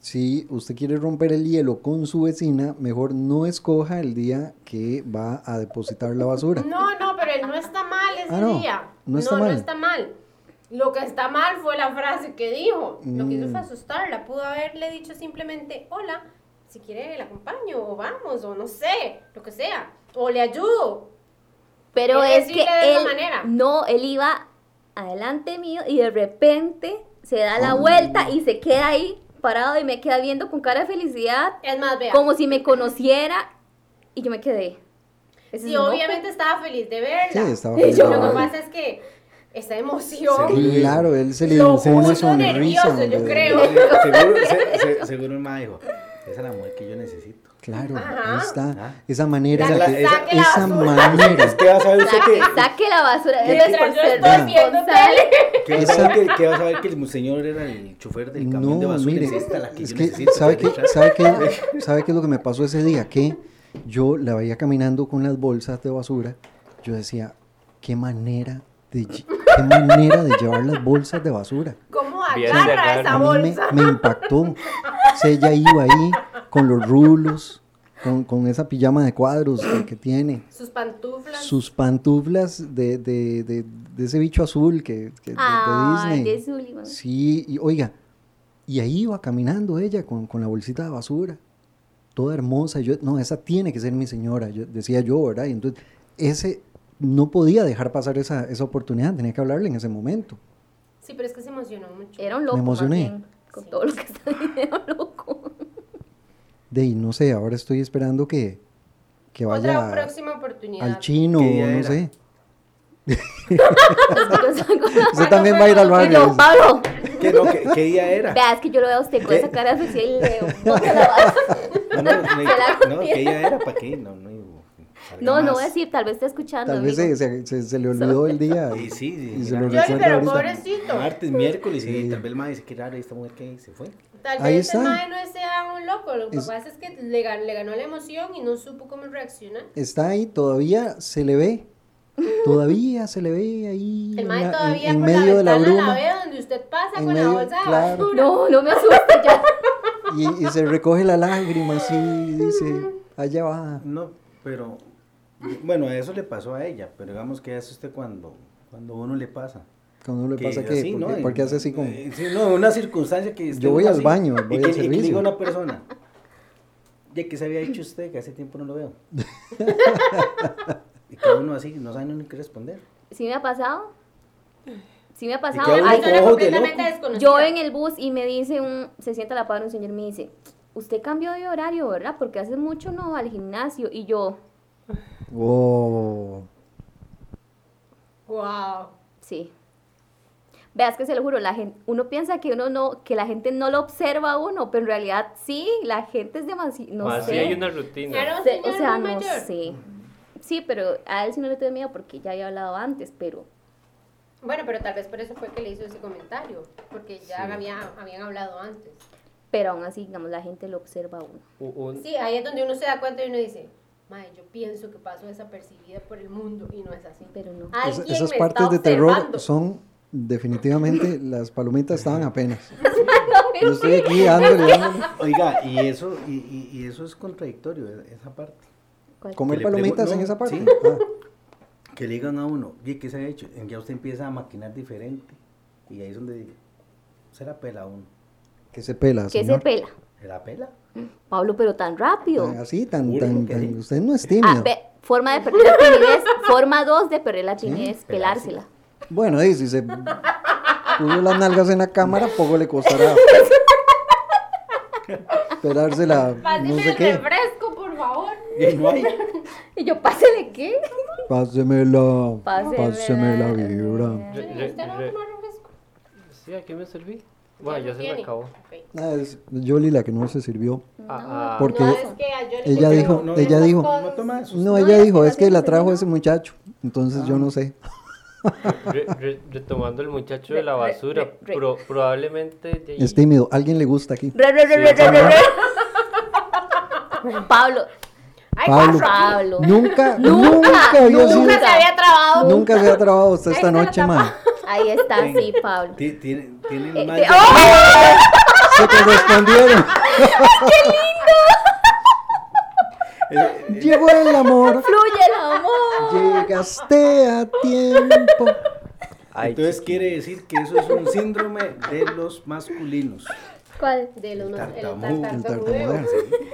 Speaker 3: Si usted quiere romper el hielo con su vecina, mejor no escoja el día que va a depositar la basura.
Speaker 4: No, no, pero él no está mal ese
Speaker 3: Ah, no,
Speaker 4: día.
Speaker 3: no está mal.
Speaker 4: No está mal. Lo que está mal fue la frase que dijo. Lo que hizo
Speaker 3: Mm.
Speaker 4: fue asustarla. Pudo haberle dicho simplemente, hola, si quiere le acompaño, o vamos, o no sé, lo que sea. O le ayudo.
Speaker 5: Pero
Speaker 4: Es
Speaker 5: es que
Speaker 4: decirle de esa
Speaker 5: él
Speaker 4: manera.
Speaker 5: no, él iba adelante mío y de repente se da
Speaker 3: Oh.
Speaker 5: la vuelta y se queda ahí parado y me queda viendo con cara de felicidad,
Speaker 4: Es más, vea.
Speaker 5: como si me conociera y yo me quedé. Ese
Speaker 4: Sí,
Speaker 5: es un
Speaker 4: obviamente estaba feliz de verla.
Speaker 3: Sí, estaba
Speaker 5: Y
Speaker 3: feliz.
Speaker 5: yo-
Speaker 4: Lo que
Speaker 5: Ay.
Speaker 4: pasa es que esa emoción.
Speaker 7: Sí.
Speaker 3: Claro, él se le
Speaker 4: Lo
Speaker 3: dibujó una
Speaker 4: puso
Speaker 3: sonrisa.
Speaker 4: nervioso, yo
Speaker 3: hombre.
Speaker 4: creo.
Speaker 7: Seguro, se- se- seguro el ma dijo, esa es la mujer que yo necesito.
Speaker 3: Claro,
Speaker 4: Ajá.
Speaker 3: ahí está.
Speaker 7: Ah.
Speaker 3: Esa manera,
Speaker 7: Esa
Speaker 3: en la
Speaker 7: la-
Speaker 3: que-
Speaker 7: esa-
Speaker 4: Saque la
Speaker 3: esa
Speaker 4: basura.
Speaker 3: manera.
Speaker 7: ¿Qué vas a ver usted
Speaker 5: saque,
Speaker 7: que-
Speaker 5: saque la basura. Debe
Speaker 4: Mientras
Speaker 5: por
Speaker 4: yo
Speaker 5: ser
Speaker 4: estoy viendo
Speaker 5: responsable.
Speaker 4: tele.
Speaker 7: ¿Qué vas, a saber que, qué vas a ver que el señor era el chofer del camión de
Speaker 3: No,
Speaker 7: basura?
Speaker 3: mire,
Speaker 7: Es esta la que
Speaker 3: es
Speaker 7: yo
Speaker 3: que,
Speaker 7: necesito.
Speaker 3: ¿sabe qué,
Speaker 7: para echar.
Speaker 3: sabe qué- sabe qué es lo que me pasó ese día? Que yo la veía caminando con las bolsas de basura. Yo decía, qué manera de, lle- qué manera de llevar las bolsas de basura.
Speaker 4: ¿Cómo
Speaker 6: Bien,
Speaker 4: agarra
Speaker 6: agarra.
Speaker 4: esa
Speaker 3: A mí me,
Speaker 4: bolsa?
Speaker 3: me impactó. O sea, ella iba ahí con los rulos, con, con esa pijama de cuadros que, que tiene,
Speaker 4: Sus pantuflas.
Speaker 3: sus pantuflas de, de- de- de ese bicho azul que, que- de- de,
Speaker 5: Ay,
Speaker 3: Disney.
Speaker 5: de Sullivan.
Speaker 3: Sí, y oiga, y ahí iba caminando ella con, con la bolsita de basura. toda hermosa. Yo, no, esa tiene que ser mi señora, yo, decía yo, ¿verdad? Y entonces, ese, no podía dejar pasar esa, esa oportunidad, tenía que hablarle en ese momento.
Speaker 4: Sí, pero es que se emocionó mucho.
Speaker 5: Era un loco.
Speaker 3: Me emocioné.
Speaker 5: más bien, con
Speaker 4: Sí.
Speaker 5: todo lo que está ahí, era un loco.
Speaker 3: De ahí, no sé, ahora estoy esperando que, que
Speaker 4: Otra
Speaker 3: vaya
Speaker 4: próxima oportunidad.
Speaker 3: al chino,
Speaker 7: ¿Qué día
Speaker 3: no
Speaker 7: era?
Speaker 3: sé.
Speaker 5: Es que yo saco-
Speaker 3: Usted también va a ir al
Speaker 5: Y
Speaker 3: barrio.
Speaker 5: don Pablo,
Speaker 7: ¿Qué, no, ¿qué, qué día era?
Speaker 5: vea, es que yo lo veo a usted con
Speaker 7: ¿Qué?
Speaker 3: Eh.
Speaker 5: esa cara de y le digo, "Vos te la vas".
Speaker 7: Ah, No, no,
Speaker 5: la
Speaker 7: no, no, ¿qué día era? ¿Para qué? No, no, digo, salga
Speaker 5: No, no voy a
Speaker 7: más.
Speaker 5: decir, tal vez está escuchando.
Speaker 3: Tal vez se,
Speaker 5: amigo.
Speaker 3: se, se- se le olvidó el día.
Speaker 7: Sí, sí, sí,
Speaker 3: Y se
Speaker 7: mira.
Speaker 3: lo
Speaker 7: Yo,
Speaker 4: Yo,
Speaker 3: recuerda
Speaker 4: pero
Speaker 3: ahorita.
Speaker 4: pobrecito.
Speaker 7: Martes, miércoles, y
Speaker 3: Sí.
Speaker 7: tal vez el maestro, qué raro, esta mujer que se fue.
Speaker 4: Tal
Speaker 3: Ahí
Speaker 4: vez
Speaker 3: está.
Speaker 4: el mae no sea un loco. Lo que
Speaker 3: Es-
Speaker 4: pasa es que le, gan- le ganó la emoción y no supo cómo reaccionar.
Speaker 3: Está ahí, todavía se le ve. Todavía se le ve ahí
Speaker 4: El
Speaker 3: en,
Speaker 4: mae
Speaker 3: la-
Speaker 4: todavía
Speaker 3: en- en
Speaker 4: por
Speaker 3: medio
Speaker 4: la
Speaker 3: de la
Speaker 4: ventana la
Speaker 3: bruma
Speaker 4: ve donde usted pasa
Speaker 3: En
Speaker 4: con
Speaker 3: medio-
Speaker 4: la bolsa de
Speaker 3: claro.
Speaker 4: basura.
Speaker 5: No, no me asuste ya.
Speaker 3: y, y se recoge la lágrima así y dice, allá va.
Speaker 7: No, pero bueno, eso le pasó a ella, pero digamos que eso usted cuando, cuando uno le pasa.
Speaker 3: Cuando uno le
Speaker 7: Que
Speaker 3: pasa que,
Speaker 7: así,
Speaker 3: porque,
Speaker 7: ¿no?
Speaker 3: porque hace así como...
Speaker 7: Eh, sí, no, una circunstancia que... esté
Speaker 3: Yo voy
Speaker 7: uno
Speaker 3: al baño,
Speaker 7: y
Speaker 3: voy
Speaker 7: que-
Speaker 3: al
Speaker 7: y que le
Speaker 3: servicio.
Speaker 7: diga a una persona, ya que se había dicho usted, que hace tiempo no lo veo. y que uno así, no sabe ni qué responder.
Speaker 5: Sí me ha pasado. Sí me ha
Speaker 7: qué
Speaker 5: pasado.
Speaker 4: Una
Speaker 7: hablo
Speaker 5: Ay,
Speaker 7: con
Speaker 4: persona
Speaker 7: ojos de
Speaker 4: completamente
Speaker 7: loco?
Speaker 4: desconocida.
Speaker 5: yo en el bus y me dice un, se sienta a la par un señor y me dice, usted cambió de horario, ¿verdad? Porque hace mucho no va al gimnasio. Y yo,
Speaker 3: "Oh".
Speaker 4: Wow.
Speaker 5: sí. Veas que se lo juro, la gente, uno piensa que uno no, que la gente no lo observa a uno, pero en realidad sí, la gente es demasiado, no
Speaker 6: Más
Speaker 5: sé.
Speaker 6: si hay una rutina.
Speaker 4: Era un
Speaker 5: Se-
Speaker 4: señor
Speaker 5: o sea,
Speaker 4: muy
Speaker 5: no
Speaker 4: mayor.
Speaker 5: sé. Sí, pero a él sí no le tuve miedo porque ya había hablado antes, pero
Speaker 4: Bueno, pero tal vez por eso fue que le hizo ese comentario. Porque ya había- habían hablado antes.
Speaker 5: pero aún así, digamos, la gente lo observa a uno.
Speaker 6: U- un-
Speaker 4: Sí, ahí es donde uno se da cuenta y uno dice, madre, yo pienso que paso desapercibida por el mundo y no es así.
Speaker 5: Pero no.
Speaker 3: Es-
Speaker 4: Alguien
Speaker 3: esas
Speaker 4: me
Speaker 3: partes
Speaker 4: está
Speaker 3: de terror
Speaker 4: observando.
Speaker 3: son definitivamente, las palomitas estaban apenas.
Speaker 5: pero
Speaker 3: Yo estoy aquí dándole, dándole.
Speaker 7: Oiga, y eso, y, y- y eso es contradictorio, e- esa parte.
Speaker 5: ¿Cuál?
Speaker 3: Comer
Speaker 7: Que le pregun-
Speaker 3: palomitas en
Speaker 7: no,
Speaker 3: esa parte.
Speaker 7: sí.
Speaker 3: Ah,
Speaker 7: Que le digan a uno, oye, ¿qué se ha hecho? Ya usted empieza a maquinar diferente. Y ahí es donde se la pela a uno.
Speaker 3: que se pela,
Speaker 5: ¿Qué
Speaker 3: señor.
Speaker 5: se pela?
Speaker 7: ¿Se la pela?
Speaker 5: Pablo, pero tan rápido.
Speaker 3: Tan Así, tan,
Speaker 7: Uy,
Speaker 3: tan,
Speaker 7: ¿qué
Speaker 3: tan-
Speaker 7: dices?
Speaker 3: Usted no es
Speaker 5: Ah,
Speaker 3: tímido.
Speaker 5: ve- forma de perder la timidez. forma 2 de perder la timidez, pelársela.
Speaker 3: Bueno, ahí si se puso las nalgas en la cámara, poco le costará. Pelársela, no
Speaker 4: Páseme
Speaker 3: sé
Speaker 4: el
Speaker 3: qué.
Speaker 4: refresco, por favor.
Speaker 7: Y no hay.
Speaker 5: Y yo, ¿pásele qué?
Speaker 3: Pásemela,
Speaker 5: Pásemela.
Speaker 3: pásemela vibra.
Speaker 6: Re- re-
Speaker 4: ¿Usted no va a
Speaker 6: re-
Speaker 4: tomar refresco?
Speaker 6: sí, aquí me serví. Bueno, ya
Speaker 4: lo
Speaker 6: se me
Speaker 4: tiene.
Speaker 6: acabó.
Speaker 4: Ok.
Speaker 3: Ah, es Yoli la que no se sirvió.
Speaker 6: Ah, ah,
Speaker 3: Porque-
Speaker 4: No, es que a Yoli
Speaker 3: ella
Speaker 4: le
Speaker 3: dijo-
Speaker 4: tengo
Speaker 3: ella
Speaker 4: esas
Speaker 3: dijo-
Speaker 4: cosas.
Speaker 7: No toma eso.
Speaker 3: No,
Speaker 5: es
Speaker 3: ella
Speaker 5: que
Speaker 3: dijo,
Speaker 5: no
Speaker 3: es que la
Speaker 5: se
Speaker 3: trajo
Speaker 5: terminó.
Speaker 3: ese muchacho. Entonces yo no sé.
Speaker 6: re- re- retomando el muchacho de la
Speaker 5: Re- re-
Speaker 6: basura,
Speaker 5: re- re.
Speaker 6: pro- probablemente de ahí-
Speaker 3: Es tímido. Alguien le gusta aquí.
Speaker 5: Re, re, re, re, re, re, re. Pablo,
Speaker 4: Ay,
Speaker 3: Pablo.
Speaker 5: Pablo.
Speaker 3: Nunca, nunca
Speaker 5: Nunca,
Speaker 3: había sido.
Speaker 4: Nunca se había trabado.
Speaker 3: Nunca se ha trabado usted esta
Speaker 4: Ahí está la
Speaker 3: noche,
Speaker 4: tapa.
Speaker 3: man.
Speaker 5: Ahí está,
Speaker 7: Venga.
Speaker 5: sí, Pablo.
Speaker 7: Ti- Tienen, tienen
Speaker 5: Eh,
Speaker 7: más
Speaker 5: eh,
Speaker 7: de-
Speaker 5: ¡oh!
Speaker 3: Se correspondieron.
Speaker 7: Eh, eh,
Speaker 3: Llegó el amor.
Speaker 5: ¡Fluye el amor!
Speaker 3: Llegaste a tiempo.
Speaker 7: Entonces quiere decir que eso es un síndrome de los masculinos.
Speaker 5: ¿Cuál?
Speaker 4: De los unos, el
Speaker 7: Tartamudo.
Speaker 3: El
Speaker 4: tartamudeo.
Speaker 3: tartamudeo.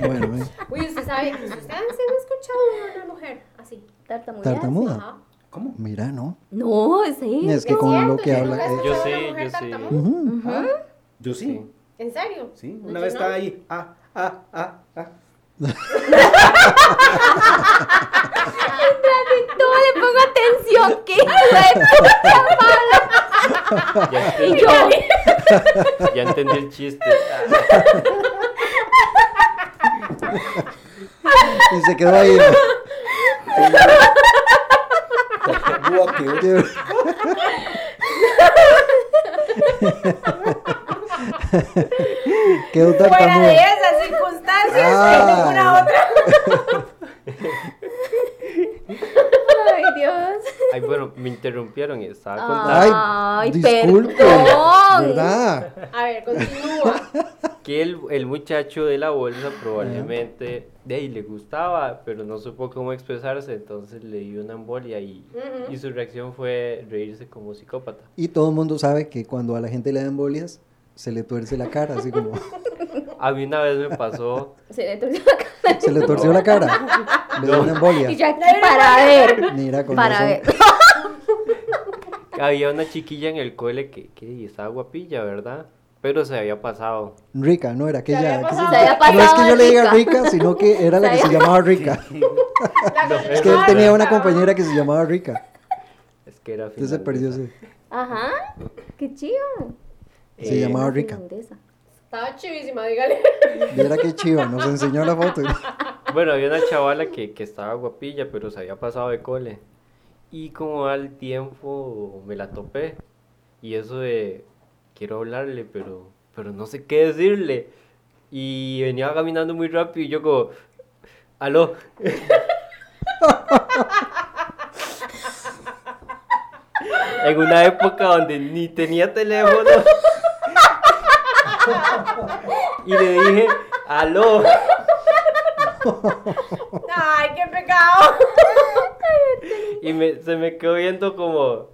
Speaker 3: Bueno, eh,
Speaker 4: Uy, usted sabe, ustedes han escuchado a una mujer así.
Speaker 5: ¿Tartamudear?
Speaker 3: tartamuda.
Speaker 4: Ajá.
Speaker 7: ¿Cómo?
Speaker 3: Mira, ¿no?
Speaker 5: No, sí.
Speaker 3: Ah, Es que
Speaker 4: Es
Speaker 3: con lo
Speaker 4: cierto,
Speaker 3: que
Speaker 4: yo
Speaker 3: habla. eh,
Speaker 4: nunca he
Speaker 6: Yo
Speaker 4: escuchado a
Speaker 6: sí,
Speaker 4: una mujer
Speaker 6: yo sí.
Speaker 4: tartamuda.
Speaker 3: ujú.
Speaker 7: Yo sí.
Speaker 4: ¿En serio?
Speaker 7: Sí,
Speaker 4: No,
Speaker 7: una
Speaker 4: yo
Speaker 7: vez
Speaker 4: no.
Speaker 7: estaba ahí. Ah, ah, ah, ah.
Speaker 5: No le pongo atención. ¿Qué hijo de puta, Pablo?
Speaker 6: ya,
Speaker 5: Y
Speaker 6: entendí,
Speaker 5: yo,
Speaker 6: ya entendí el chiste.
Speaker 3: Y se quedó ahí.
Speaker 7: Tartamudea que oye.
Speaker 3: Qué- Quedó
Speaker 4: Fuera de
Speaker 3: tartamudo.
Speaker 4: esas circunstancias,
Speaker 3: Ah.
Speaker 4: en ninguna otra.
Speaker 5: ay, Dios.
Speaker 6: Ay, bueno, me interrumpieron y estaba
Speaker 5: Ah.
Speaker 6: contando
Speaker 5: Ay,
Speaker 3: disculpe.
Speaker 5: perdón.
Speaker 3: ¿Verdad?
Speaker 4: A ver, continúa.
Speaker 6: que el, el muchacho de la bolsa probablemente de ahí le gustaba, pero no supo cómo expresarse, entonces le dio una embolia y,
Speaker 4: Ujú.
Speaker 6: y su reacción fue reírse como psicópata.
Speaker 3: Y todo el mundo sabe que cuando a la gente le dan bolias, se le tuerce la cara, así como.
Speaker 6: A mí una vez me pasó.
Speaker 5: Se le torció la cara.
Speaker 3: Se le torció la cara. Le dio una
Speaker 5: Y
Speaker 3: embolia.
Speaker 5: yo aquí para ver.
Speaker 3: Mira, con
Speaker 5: Para
Speaker 3: razón.
Speaker 5: ver.
Speaker 6: Había una chiquilla en el cole que, que estaba guapilla, ¿verdad? Pero se había pasado.
Speaker 3: Rica, no era
Speaker 4: Se
Speaker 3: aquella.
Speaker 4: había
Speaker 3: ¿qué
Speaker 4: pasado-
Speaker 5: Se había
Speaker 3: No es que
Speaker 5: pasado
Speaker 3: yo le diga
Speaker 5: rica.
Speaker 3: rica, sino que era la que se llamaba rica. Es que él tenía una compañera que se llamaba rica.
Speaker 6: Es que era
Speaker 3: Entonces se perdió.
Speaker 6: finlandesa.
Speaker 3: sí.
Speaker 5: Ajá. Qué chido.
Speaker 3: Se
Speaker 6: Eh,
Speaker 3: llamaba rica.
Speaker 5: Finlandesa.
Speaker 4: Estaba chivísima, dígale.
Speaker 3: Viera qué chiva, nos enseñó la foto.
Speaker 6: Bueno, había una chavala que, que estaba guapilla, pero se había pasado de cole. Y como al tiempo me la topé. Y eso de, quiero hablarle, pero, pero no sé qué decirle. Y venía caminando muy rápido y yo como, aló. en una época donde ni tenía teléfono. y le dije, aló.
Speaker 4: Ay, qué pecado.
Speaker 6: Y me- se me quedó viendo como,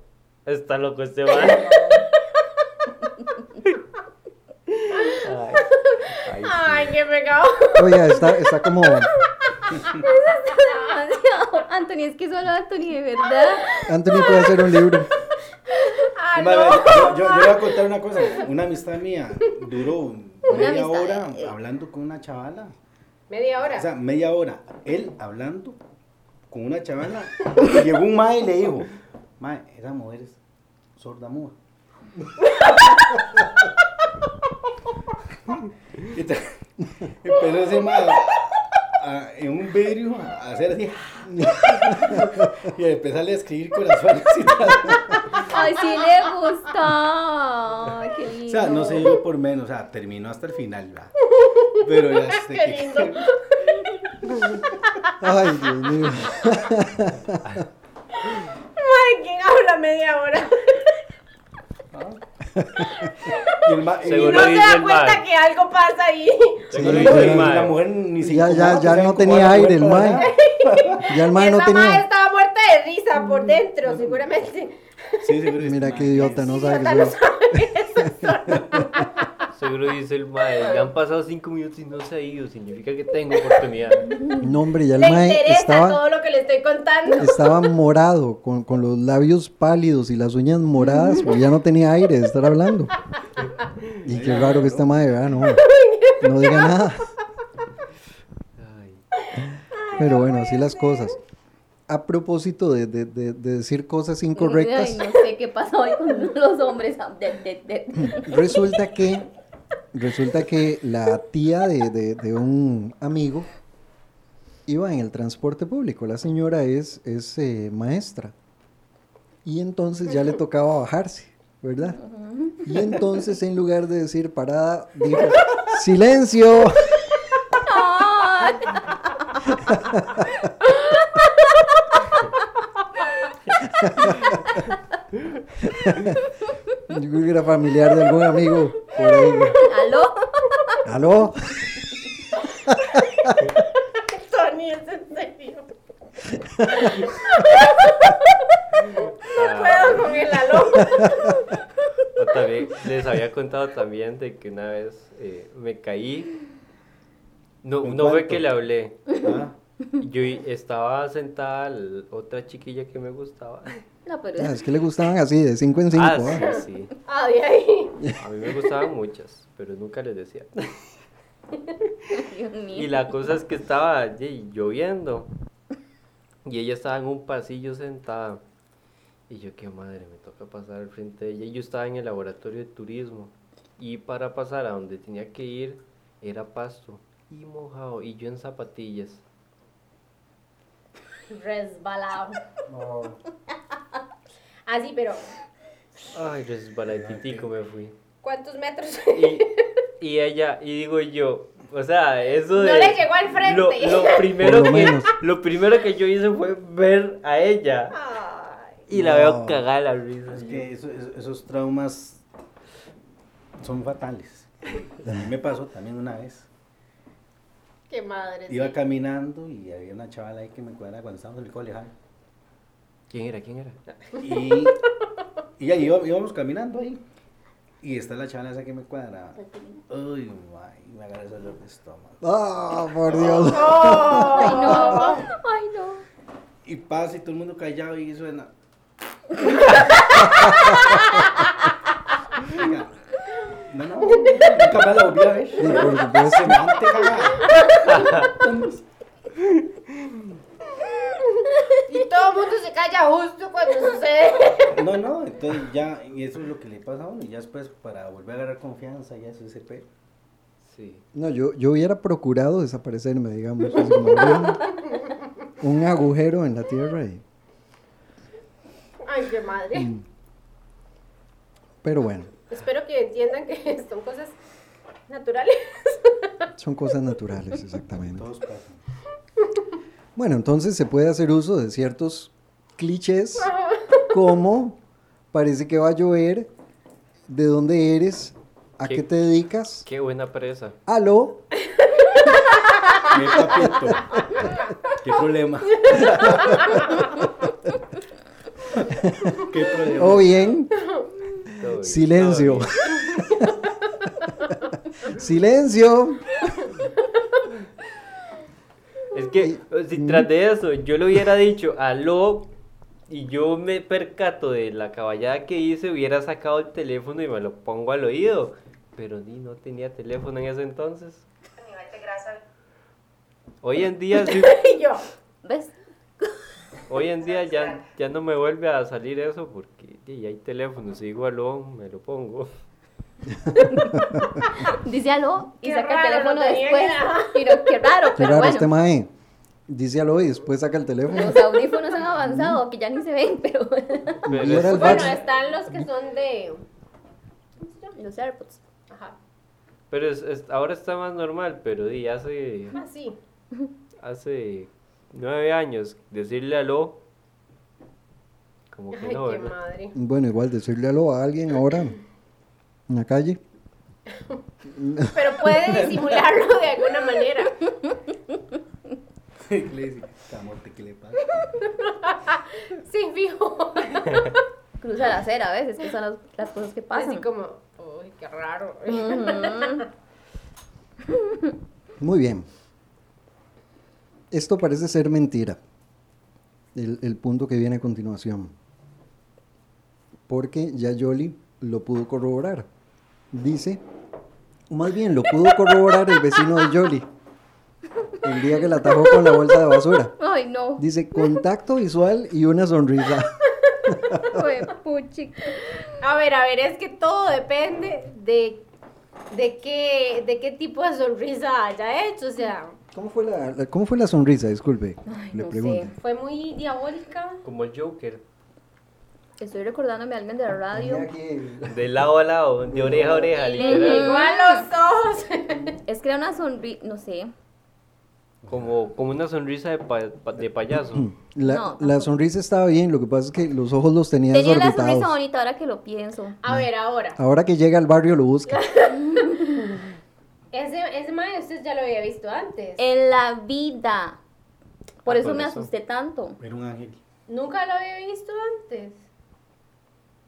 Speaker 6: está loco este man. Ay, ay,
Speaker 4: Ay, qué pecado.
Speaker 3: Oiga, está, está como.
Speaker 5: Demasiado. Anthony, es que solo Anthony, de verdad.
Speaker 3: Anthony puede hacer un libro.
Speaker 4: Ah,
Speaker 7: Vale,
Speaker 4: no.
Speaker 7: yo, yo- yo le voy a contar una cosa. Una amistad mía duró media
Speaker 5: amistad,
Speaker 7: hora
Speaker 5: eh.
Speaker 7: hablando con una chavala.
Speaker 4: Media hora.
Speaker 7: O sea, media hora. Él hablando con una chavala. Y llegó un mae y le dijo: Mae, esa mujer es sorda muda. Y te- Empezó ese mae a- en un vidrio a hacer así. Y a empezarle a escribir corazones y tal.
Speaker 5: Ay, sí le gustó. Ay, qué lindo.
Speaker 7: O sea, no se dio por menos, o sea, terminó hasta el final, ¿verdad? Pero ya este,
Speaker 4: Qué
Speaker 7: que-
Speaker 4: lindo.
Speaker 3: Ay, Dios mío.
Speaker 4: Ay, ¿quién habla media hora?
Speaker 7: y el ma- y-
Speaker 4: Y
Speaker 6: Seguro.
Speaker 4: no
Speaker 6: Uno
Speaker 4: se
Speaker 6: dice
Speaker 4: da
Speaker 6: el
Speaker 4: cuenta
Speaker 6: mal.
Speaker 4: que algo pasa ahí.
Speaker 6: Tengo el
Speaker 7: y
Speaker 3: Sí,
Speaker 6: hijo
Speaker 3: pero
Speaker 6: del
Speaker 7: la
Speaker 6: mae.
Speaker 7: mujer ni se
Speaker 3: Ya, ya,
Speaker 7: incomodaba,
Speaker 3: ya
Speaker 7: ¿saben
Speaker 3: no
Speaker 7: cómo
Speaker 3: tenía
Speaker 7: la mujer
Speaker 3: aire el
Speaker 7: para
Speaker 3: mae.
Speaker 7: nada?
Speaker 3: Ya el mae
Speaker 4: Esa
Speaker 3: no
Speaker 4: madre
Speaker 3: tenía. Mm.
Speaker 4: estaba muerta de risa por dentro, seguramente.
Speaker 7: Sí, seguro. dice,
Speaker 3: Mira
Speaker 7: "Mae,
Speaker 3: qué idiota, no sabe
Speaker 4: Idiota,
Speaker 3: que
Speaker 4: no
Speaker 3: soy.
Speaker 4: sabe eso.
Speaker 6: Seguro dice el mae, ya han pasado cinco minutos y no se ha ido, significa que tengo oportunidad.
Speaker 3: No, hombre, ya el
Speaker 4: Le
Speaker 3: mae
Speaker 4: interesa
Speaker 3: estaba,
Speaker 4: todo lo que le estoy contando.
Speaker 3: estaba morado, con, con los labios pálidos y las uñas moradas, porque ya no tenía aire de estar hablando. Y qué raro que esta madre, ¿verdad? No, no diga nada.
Speaker 6: Ay,
Speaker 3: Pero bueno, así las cosas. A propósito de, de- de- de decir cosas
Speaker 5: Ay,
Speaker 3: incorrectas,
Speaker 5: no sé qué pasó hoy con los hombres. Ah, De, de, de.
Speaker 3: resulta que resulta que la tía de, de- de un amigo iba en el transporte público. La señora es, es eh, maestra. Y entonces ya le tocaba bajarse, ¿verdad? Y entonces en lugar de decir parada, dijo, silencio.
Speaker 5: Ay,
Speaker 3: Yo creo que era familiar de algún amigo por ahí. güey.
Speaker 5: ¿Aló?
Speaker 3: ¿Aló?
Speaker 4: Tony, es en serio.
Speaker 6: ah,
Speaker 4: Puedo con el aló.
Speaker 6: o también les había contado también de que una vez eh, me caí. No,
Speaker 7: ¿En
Speaker 6: no fue
Speaker 7: cuánto?
Speaker 6: que le hablé.
Speaker 7: ah,
Speaker 6: Yo estaba sentada l- otra chiquilla que me gustaba.
Speaker 5: No, pero
Speaker 3: Ah, es que le gustaban así, de 5 en ¿eh? 5.
Speaker 7: ¿eh?
Speaker 6: ah, sí, sí.
Speaker 4: Ay, ay.
Speaker 6: A mí me gustaban muchas, pero nunca les decía.
Speaker 5: Dios mío.
Speaker 6: Y la cosa es que estaba ye- lloviendo. Y ella estaba en un pasillo sentada. Y yo, qué madre, me toca pasar al frente de ella. Y yo estaba en el laboratorio de turismo. Y para pasar a donde tenía que ir, era pasto y mojado. Y yo en zapatillas.
Speaker 4: Resbalado. Así, pero
Speaker 6: Ay, resbaladitico me fui.
Speaker 4: ¿cuántos metros?
Speaker 6: Y, y ella, y digo yo, o sea, eso
Speaker 4: No
Speaker 6: de.
Speaker 4: le llegó al frente.
Speaker 6: Lo, lo primero
Speaker 3: Por lo
Speaker 6: que,
Speaker 3: menos.
Speaker 6: lo primero que yo hice fue ver a ella.
Speaker 4: Ay.
Speaker 6: Y la
Speaker 7: No.
Speaker 6: veo cagada la risa.
Speaker 7: es
Speaker 6: yo.
Speaker 7: que eso- eso- esos traumas son fatales. A mí me pasó también una vez.
Speaker 4: Qué madre.
Speaker 7: Iba
Speaker 4: sí.
Speaker 7: caminando y había una chavala ahí que me cuadra cuando estábamos en el colegio.
Speaker 6: ¿Quién era? ¿Quién era?
Speaker 7: Y, y ahí iba- íbamos caminando ahí. Y está la chana esa que me cuadra. Uy, mae, me agarra esa el estómago.
Speaker 3: Ah, por Dios.
Speaker 5: Ay, no. Ay, no.
Speaker 7: Y pasa y todo el mundo callado y suena. Venga. No, no, nunca más la volví a ver.
Speaker 3: Sí, por supuesto.
Speaker 7: Semejante cagada.
Speaker 4: Y todo el mundo se calla justo cuando sucede.
Speaker 7: No, no, entonces ya, y eso es lo que le pasa a uno. Y ya después, para volver a agarrar confianza, ya eso es ese pedo.
Speaker 6: Sí.
Speaker 3: No, yo, yo hubiera procurado desaparecerme, digamos. así como abrir un, un agujero en la tierra. y-
Speaker 4: Ay, qué madre.
Speaker 3: Mm. pero bueno,
Speaker 4: Espero que entiendan que son cosas naturales.
Speaker 3: son cosas naturales, exactamente.
Speaker 7: Todos pasan.
Speaker 3: Bueno, entonces se puede hacer uso de ciertos clichés como parece que va a llover, de dónde eres, a qué,
Speaker 6: ¿Qué?
Speaker 3: te dedicas,
Speaker 6: Qué buena presa.
Speaker 3: aló,
Speaker 7: Mi papito. ¿Qué problema? ¿Qué problema?
Speaker 3: o bien,
Speaker 6: Todo bien.
Speaker 3: silencio.
Speaker 6: Todo bien.
Speaker 3: silencio.
Speaker 6: Es que eh, si tras de eso yo le hubiera dicho aló y yo me percato de la caballada que hice, hubiera sacado el teléfono y me lo pongo al oído. Pero ni no tenía teléfono en ese entonces. Hoy en día sí,
Speaker 4: Y yo,
Speaker 5: ¿Ves?
Speaker 6: hoy en día ya, ya no me vuelve a salir eso porque ya hay teléfono, si digo aló, me lo pongo.
Speaker 5: Dice aló y
Speaker 4: Qué
Speaker 5: saca
Speaker 4: raro,
Speaker 5: el teléfono
Speaker 4: lo tenía
Speaker 5: después.
Speaker 4: que-
Speaker 5: Y no, qué raro,
Speaker 3: Qué
Speaker 5: pero
Speaker 3: raro
Speaker 5: bueno.
Speaker 3: este mae. Dice aló y después saca el teléfono.
Speaker 5: Los audífonos han avanzado, que ya ni se ven, pero
Speaker 6: Pero
Speaker 3: Y era el
Speaker 6: es-
Speaker 4: bueno,
Speaker 3: fax.
Speaker 4: están los que son de.
Speaker 5: los AirPods.
Speaker 4: Ajá.
Speaker 6: pero es- es- ahora está más normal, pero di, hace,
Speaker 4: Ah, sí.
Speaker 6: hace nueve años decirle aló. Como que
Speaker 4: Ay,
Speaker 6: no,
Speaker 4: qué
Speaker 6: ¿verdad?
Speaker 4: madre.
Speaker 3: Bueno, igual decirle aló a alguien ahora en la calle.
Speaker 4: Pero puede disimularlo de alguna manera.
Speaker 7: Le dice, "Camote, ¿qué le pasa?
Speaker 4: Sí, fijo.
Speaker 5: Cruza la acera a veces, que son las, las cosas que pasan.
Speaker 4: Así como, uy, qué raro.
Speaker 5: Ujú.
Speaker 3: Muy bien. Esto parece ser mentira. El, el punto que viene a continuación. Porque ya Yoli lo pudo corroborar. Dice, o más bien lo pudo corroborar el vecino de Yoli. El día que la atajó con la bolsa de basura.
Speaker 5: Ay, no.
Speaker 3: Dice, contacto visual y una sonrisa.
Speaker 5: Fue puchica.
Speaker 4: A ver, a ver, es que todo depende de, de, qué, de qué tipo de sonrisa haya hecho. O sea,
Speaker 3: ¿Cómo fue la, la- cómo fue la sonrisa? Disculpe.
Speaker 5: Ay,
Speaker 3: le
Speaker 5: no
Speaker 3: pregunto.
Speaker 5: sé.
Speaker 4: fue muy diabólica.
Speaker 6: Como el Joker,
Speaker 5: Estoy recordándome a alguien de la radio.
Speaker 3: Mira que-
Speaker 6: de lado a lado, de oreja a oreja,
Speaker 4: Le
Speaker 6: literal.
Speaker 4: llegó a los ojos.
Speaker 5: Es que era una sonrisa, no sé.
Speaker 6: Como, como una sonrisa de, pa- pa- de payaso.
Speaker 3: La,
Speaker 5: No,
Speaker 3: la
Speaker 5: tampoco.
Speaker 3: sonrisa estaba bien, lo que pasa es que los ojos los tenía
Speaker 5: Tenía la
Speaker 3: desorbitados.
Speaker 5: sonrisa bonita ahora que lo pienso.
Speaker 4: A ver, ahora.
Speaker 3: Ahora que llega al barrio lo busca.
Speaker 4: Ese, ese mae usted ya lo había visto antes.
Speaker 5: En la vida. Por
Speaker 6: Ah,
Speaker 5: eso
Speaker 6: por
Speaker 5: me
Speaker 6: eso.
Speaker 5: asusté tanto.
Speaker 7: Era un ángel.
Speaker 4: Nunca lo había visto antes.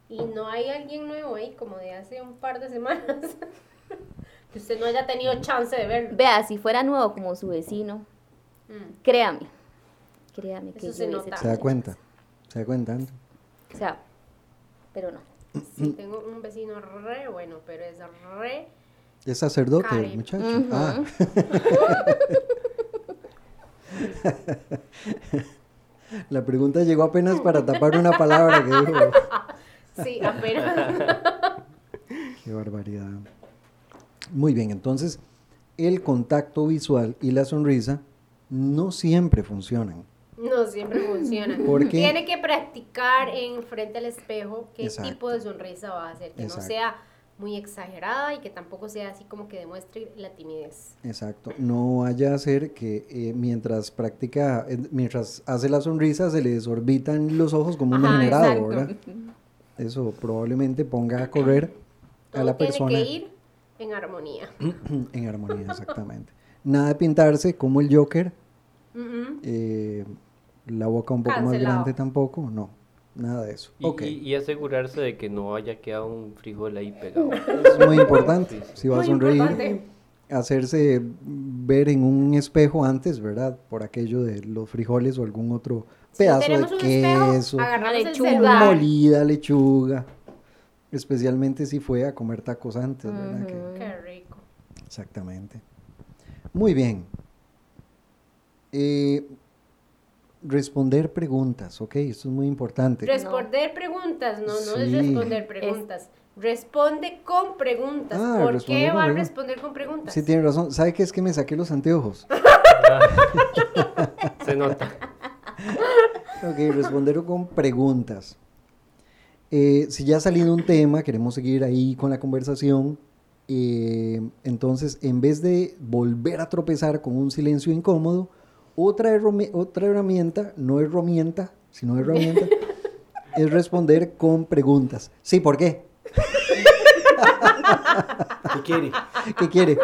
Speaker 4: Y no hay alguien nuevo ahí, como de hace un par de semanas. que usted no haya tenido chance de verlo.
Speaker 5: Vea, si fuera nuevo como su vecino,
Speaker 4: Mm.
Speaker 5: créame. Créame que
Speaker 4: Eso
Speaker 5: yo
Speaker 4: se
Speaker 5: hubiese
Speaker 4: nota.
Speaker 5: hecho
Speaker 3: ¿Se da
Speaker 5: eso.
Speaker 3: cuenta? ¿Se da cuenta?
Speaker 5: O sea, pero no.
Speaker 3: Mm.
Speaker 4: Sí, tengo un vecino re bueno, pero es re.
Speaker 3: Es sacerdote el
Speaker 4: Karen.
Speaker 3: muchacho.
Speaker 5: Ujú.
Speaker 3: Ah, la pregunta llegó apenas para tapar una palabra que dijo.
Speaker 4: Sí, apenas.
Speaker 3: Qué barbaridad. Muy bien, entonces el contacto visual y la sonrisa no siempre funcionan.
Speaker 4: No siempre funciona.
Speaker 3: ¿Por qué?
Speaker 4: Tiene que practicar en frente al espejo qué
Speaker 3: Exacto.
Speaker 4: tipo de sonrisa va a hacer. Que
Speaker 3: Exacto.
Speaker 4: no sea muy exagerada y que tampoco sea así como que demuestre la timidez.
Speaker 3: Exacto. No vaya a ser que eh, mientras practica, eh, mientras hace la sonrisa, se le desorbitan los ojos como un
Speaker 4: Ajá,
Speaker 3: degenerado,
Speaker 4: exacto.
Speaker 3: ¿verdad? Eso probablemente ponga a correr
Speaker 4: Todo
Speaker 3: a la
Speaker 4: tiene
Speaker 3: persona
Speaker 4: que ir en armonía.
Speaker 3: en armonía, exactamente. Nada de pintarse como el Joker,
Speaker 4: Mm, mm.
Speaker 3: eh, la boca un poco más
Speaker 4: Cancelado.
Speaker 3: grande tampoco, no. nada de eso.
Speaker 6: Y,
Speaker 3: Ok,
Speaker 6: y- y asegurarse de que no haya quedado un frijol ahí pegado.
Speaker 3: es muy importante. Si va a
Speaker 4: Muy
Speaker 3: sonreír,
Speaker 4: importante.
Speaker 3: hacerse ver en un espejo antes, ¿verdad? Por aquello de los frijoles o algún otro pedazo
Speaker 4: tenemos
Speaker 3: de
Speaker 4: un espejo,
Speaker 3: queso,
Speaker 4: agarramos el
Speaker 5: lechuga.
Speaker 4: celular.
Speaker 3: molida lechuga. Especialmente si fue a comer tacos antes, ¿verdad? Que-
Speaker 4: Qué rico.
Speaker 3: Exactamente. Muy bien. Eh, responder preguntas, ok, esto es muy importante.
Speaker 4: Responder preguntas, no, no es
Speaker 3: Este, Sí.
Speaker 4: responder preguntas. Responde con preguntas.
Speaker 3: Ah,
Speaker 4: ¿Por
Speaker 3: responder
Speaker 4: qué
Speaker 3: con
Speaker 4: va a
Speaker 3: preguntas.
Speaker 4: responder con preguntas?
Speaker 3: Sí, tiene razón. ¿Sabe qué es que me saqué los anteojos?
Speaker 6: Se nota.
Speaker 3: Ok, responder con preguntas. Eh, si ya ha salido un tema, queremos seguir ahí con la conversación. eh, entonces, en vez de volver a tropezar con un silencio incómodo, otra, herrami- otra herramienta, no herramienta, sino herramienta, es responder con preguntas. Sí, ¿por qué?
Speaker 7: ¿Qué quiere?
Speaker 3: ¿Qué quiere?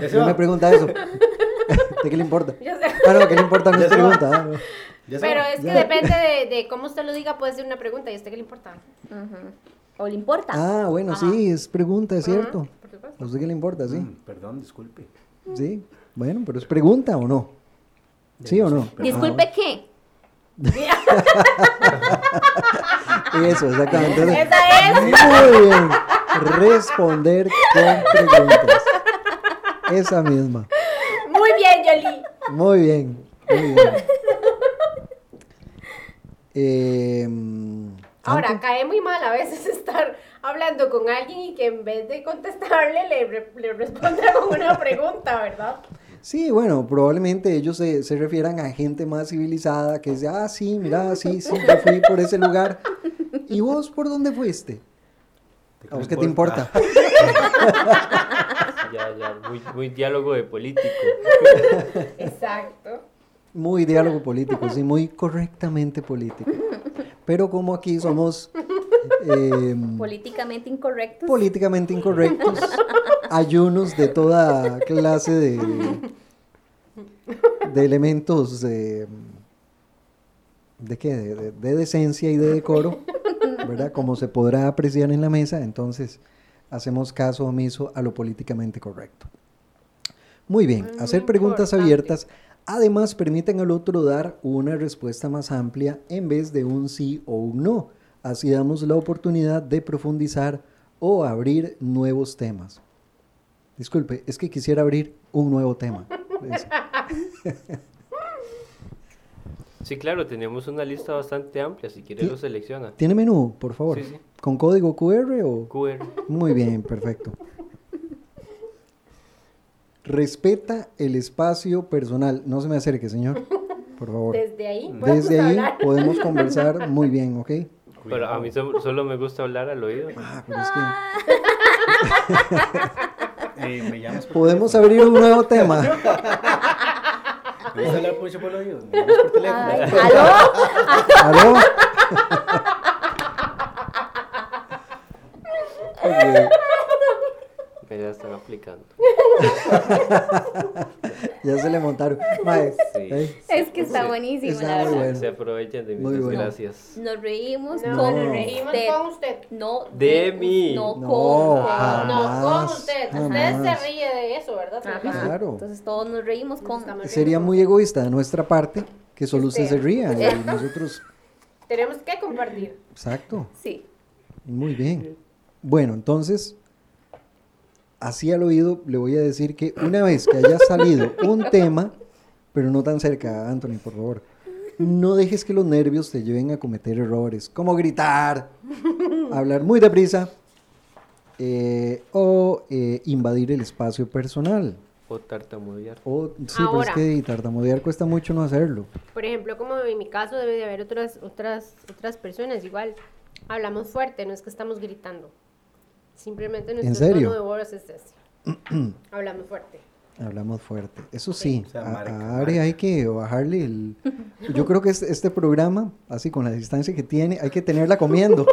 Speaker 7: Ya se
Speaker 3: No me
Speaker 7: va.
Speaker 3: pregunta eso. ¿De qué le importa?
Speaker 4: Ya sé.
Speaker 3: Ah, no, ¿qué le importa? No
Speaker 7: Ya
Speaker 3: es
Speaker 7: se va.
Speaker 3: pregunta. ah, no.
Speaker 7: Ya se
Speaker 4: Pero
Speaker 7: va.
Speaker 4: es que
Speaker 3: Ya.
Speaker 4: depende de, de cómo usted lo diga, puede ser una pregunta y a usted qué le importa.
Speaker 5: Ujú. ¿O le importa?
Speaker 3: Ah, bueno, sí, es pregunta, es cierto.
Speaker 4: Por supuesto.
Speaker 3: ¿A usted qué le importa? Sí.
Speaker 7: Mm, perdón, disculpe.
Speaker 3: Sí, bueno, pero es pregunta o no. ¿Sí o no?
Speaker 5: Disculpe qué.
Speaker 3: Eso, exactamente. Entonces,
Speaker 4: Esa es.
Speaker 3: Muy bien. Responder con preguntas. Esa misma.
Speaker 4: Muy bien, Yoli.
Speaker 3: Ah, Muy bien. Muy bien. Em,
Speaker 4: Ahora,
Speaker 3: antes-
Speaker 4: cae muy mal a veces estar hablando con alguien y que en vez de contestarle le, re- le responda con una pregunta, ¿verdad?
Speaker 3: Sí, bueno, probablemente ellos se, se refieran a gente más civilizada que dice, ah, sí, mira, sí, sí, yo fui por ese lugar. ¿Y vos por dónde fuiste? ¿A vos qué te importa?
Speaker 6: Ya, ya, muy, muy diálogo de político.
Speaker 4: Exacto.
Speaker 3: Muy diálogo político, sí, muy correctamente político. Pero como aquí somos eh,
Speaker 5: Políticamente incorrecto.
Speaker 3: políticamente incorrectos, ayunos de toda clase de, de elementos eh, de, qué, de, de- de decencia y de decoro, ¿verdad? Como se podrá apreciar en la mesa, entonces hacemos caso omiso a lo políticamente correcto. Muy bien,
Speaker 4: Es
Speaker 3: hacer
Speaker 4: muy
Speaker 3: preguntas
Speaker 4: importante.
Speaker 3: abiertas además permiten al otro dar una respuesta más amplia en vez de un sí o un no. Así damos la oportunidad de profundizar o abrir nuevos temas. Disculpe, es que quisiera abrir un nuevo tema. Es-
Speaker 6: Sí, claro, tenemos una lista bastante amplia. Si quiere,
Speaker 3: Sí.
Speaker 6: lo selecciona.
Speaker 3: ¿Tiene menú, por favor?
Speaker 6: Sí, sí.
Speaker 3: ¿Con código QR o...?
Speaker 6: QR.
Speaker 3: Muy bien, perfecto. Respeta el espacio personal. No se me acerque, señor. Por favor.
Speaker 4: Desde ahí podemos
Speaker 3: Desde ahí
Speaker 4: hablar.
Speaker 3: podemos conversar muy bien, ¿ok?
Speaker 6: Pero a mí so- solo me gusta hablar al oído.
Speaker 3: Ah, pero es que...
Speaker 7: Eh, me llamas por
Speaker 3: Podemos abrir un nuevo tema.
Speaker 7: teléfono. ¿Puedes hablar mucho por los oídos? Me llamas por teléfono.
Speaker 5: Ay, ¿Aló?
Speaker 3: ¿Aló? Ok,
Speaker 6: Me la están aplicando.
Speaker 3: ya se le montaron. Mae,
Speaker 6: Sí.
Speaker 3: ¿eh?
Speaker 5: Es que está buenísimo,
Speaker 3: Está muy
Speaker 5: la
Speaker 3: Ah,
Speaker 5: verdad.
Speaker 3: bueno.
Speaker 6: Se aprovechan de mis
Speaker 3: Muy bueno.
Speaker 6: desgracias.
Speaker 5: Nos reímos
Speaker 4: No,
Speaker 5: con
Speaker 4: nos reímos
Speaker 5: usted.
Speaker 4: con usted.
Speaker 5: No
Speaker 6: De mí.
Speaker 5: No,
Speaker 3: No,
Speaker 5: con. con-
Speaker 3: jamás.
Speaker 4: No, con usted. Usted
Speaker 3: jamás.
Speaker 4: se ríe de eso, ¿verdad?
Speaker 5: Ajá.
Speaker 3: Claro.
Speaker 5: Entonces todos nos reímos con.
Speaker 4: Estamos
Speaker 3: Sería
Speaker 4: riendo.
Speaker 3: muy egoísta de nuestra parte que solo usted se
Speaker 4: Este.
Speaker 3: ría y nosotros...
Speaker 4: Tenemos que compartir.
Speaker 3: Exacto.
Speaker 5: Sí.
Speaker 3: Muy bien. Bueno, entonces, así al oído le voy a decir que una vez que haya salido un tema, pero no tan cerca, Anthony, por favor, no dejes que los nervios te lleven a cometer errores, como gritar, hablar muy deprisa eh, o eh, invadir el espacio personal.
Speaker 6: O tartamudear.
Speaker 3: O, sí,
Speaker 4: Ahora.
Speaker 3: pero es que tartamudear cuesta mucho no hacerlo.
Speaker 4: Por ejemplo, como en mi caso debe de haber otras, otras, otras personas igual. Hablamos fuerte, no es que estamos gritando. Simplemente nuestro
Speaker 3: serio?
Speaker 4: tono de voz es ese. Hablamos fuerte.
Speaker 3: Hablamos fuerte. Eso sí,
Speaker 7: O sea,
Speaker 3: a-
Speaker 7: marca,
Speaker 3: a, Are hay que bajarle el... Yo creo que es- este programa, así con la distancia que tiene, hay que tenerla comiendo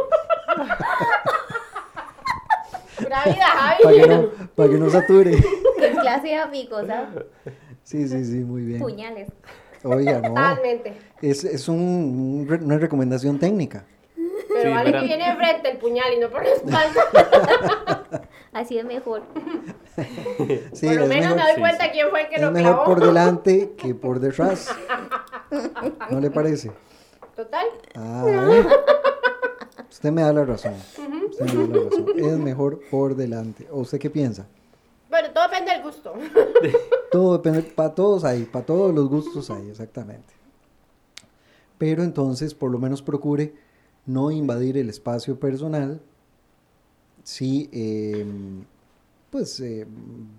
Speaker 4: Gravidad,
Speaker 3: para que
Speaker 4: Javi.
Speaker 3: no, para que no sature.
Speaker 5: ¿Qué clase de amigos, ah?
Speaker 3: Sí, sí, sí, muy bien.
Speaker 5: Puñales.
Speaker 3: Oiga, no.
Speaker 4: Totalmente.
Speaker 3: Es, es un- un re- una recomendación técnica.
Speaker 4: Pero
Speaker 6: Sí,
Speaker 4: vale
Speaker 6: pero-
Speaker 4: que viene de frente el puñal y no por la espalda.
Speaker 5: Así es mejor.
Speaker 3: Sí,
Speaker 4: por lo
Speaker 3: es mejor-
Speaker 4: menos me doy
Speaker 6: sí,
Speaker 4: cuenta
Speaker 6: sí.
Speaker 4: quién fue el que
Speaker 3: es
Speaker 4: lo
Speaker 3: mejor
Speaker 4: clavó.
Speaker 3: por delante que por detrás. ¿No le parece?
Speaker 4: Total.
Speaker 3: Ah, ¿eh? Usted me da la razón. Usted me da la razón. Es mejor por delante. ¿O usted qué piensa?
Speaker 4: Bueno, todo depende del gusto.
Speaker 3: Todo depende, para todos hay, para todos los gustos hay, exactamente. Pero entonces, por lo menos procure no invadir el espacio personal, sí, eh, pues eh,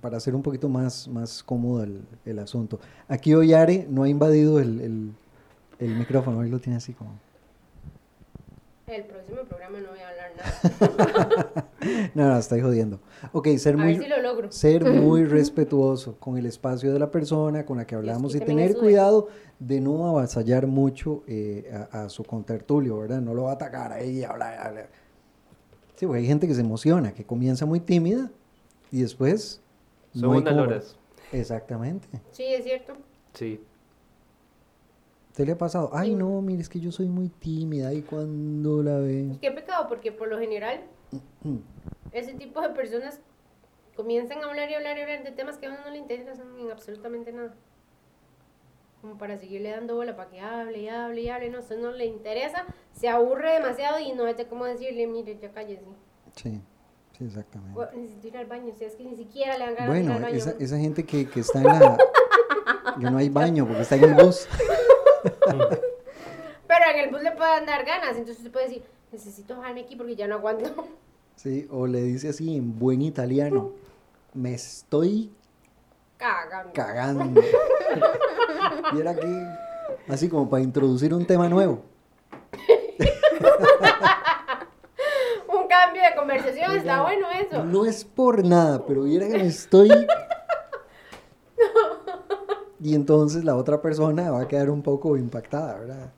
Speaker 3: para hacer un poquito más, más cómodo el, el asunto. Aquí hoy Are no ha invadido el, el- el micrófono, hoy lo tiene así como...
Speaker 4: El próximo programa no voy a hablar nada.
Speaker 3: No, no, estoy jodiendo. Ok, ser
Speaker 4: A
Speaker 3: muy...
Speaker 4: ver si lo logro.
Speaker 3: ser muy respetuoso con el espacio de la persona con la que hablamos y
Speaker 5: también
Speaker 3: tener
Speaker 5: eso es.
Speaker 3: cuidado de no avasallar mucho eh, a, a su contertulio, ¿verdad? No lo va a atacar ahí y hablar, hablar. Sí, porque hay gente que se emociona, que comienza muy tímida y después...
Speaker 6: Son
Speaker 3: hay
Speaker 6: unas
Speaker 3: cómo-
Speaker 6: loras.
Speaker 3: Exactamente.
Speaker 4: Sí, es cierto.
Speaker 6: Sí.
Speaker 3: ¿Te le ha pasado? Ay,
Speaker 4: Sí.
Speaker 3: no, mire, es que yo soy muy tímida y cuando la ve...
Speaker 4: Y qué pecado, porque por lo general, ese tipo de personas comienzan a hablar y hablar y hablar de temas que a uno no le interesan en absolutamente nada. Como para seguirle dando bola para que hable y hable y hable, no, eso no le interesa, se aburre demasiado y no haya cómo decirle, mire, ya cállese.
Speaker 3: Sí, sí, exactamente.
Speaker 4: O, necesito ir al baño, si es que ni siquiera le dan ganas de ir
Speaker 3: Bueno,
Speaker 4: al baño.
Speaker 3: esa, esa gente que, que está en la... que no hay baño porque está en el bus.
Speaker 4: Pero en el bus le pueden dar ganas, entonces usted puede decir, necesito bajarme aquí porque ya no aguanto.
Speaker 3: Sí, o le dice así en buen italiano, me estoy
Speaker 4: Cagando.
Speaker 3: cagando. Y era aquí, así como para introducir un tema nuevo.
Speaker 4: Un cambio de conversación, está bueno eso.
Speaker 3: No es por nada, pero viera que me estoy... Y entonces la otra persona va a quedar un poco impactada, ¿verdad?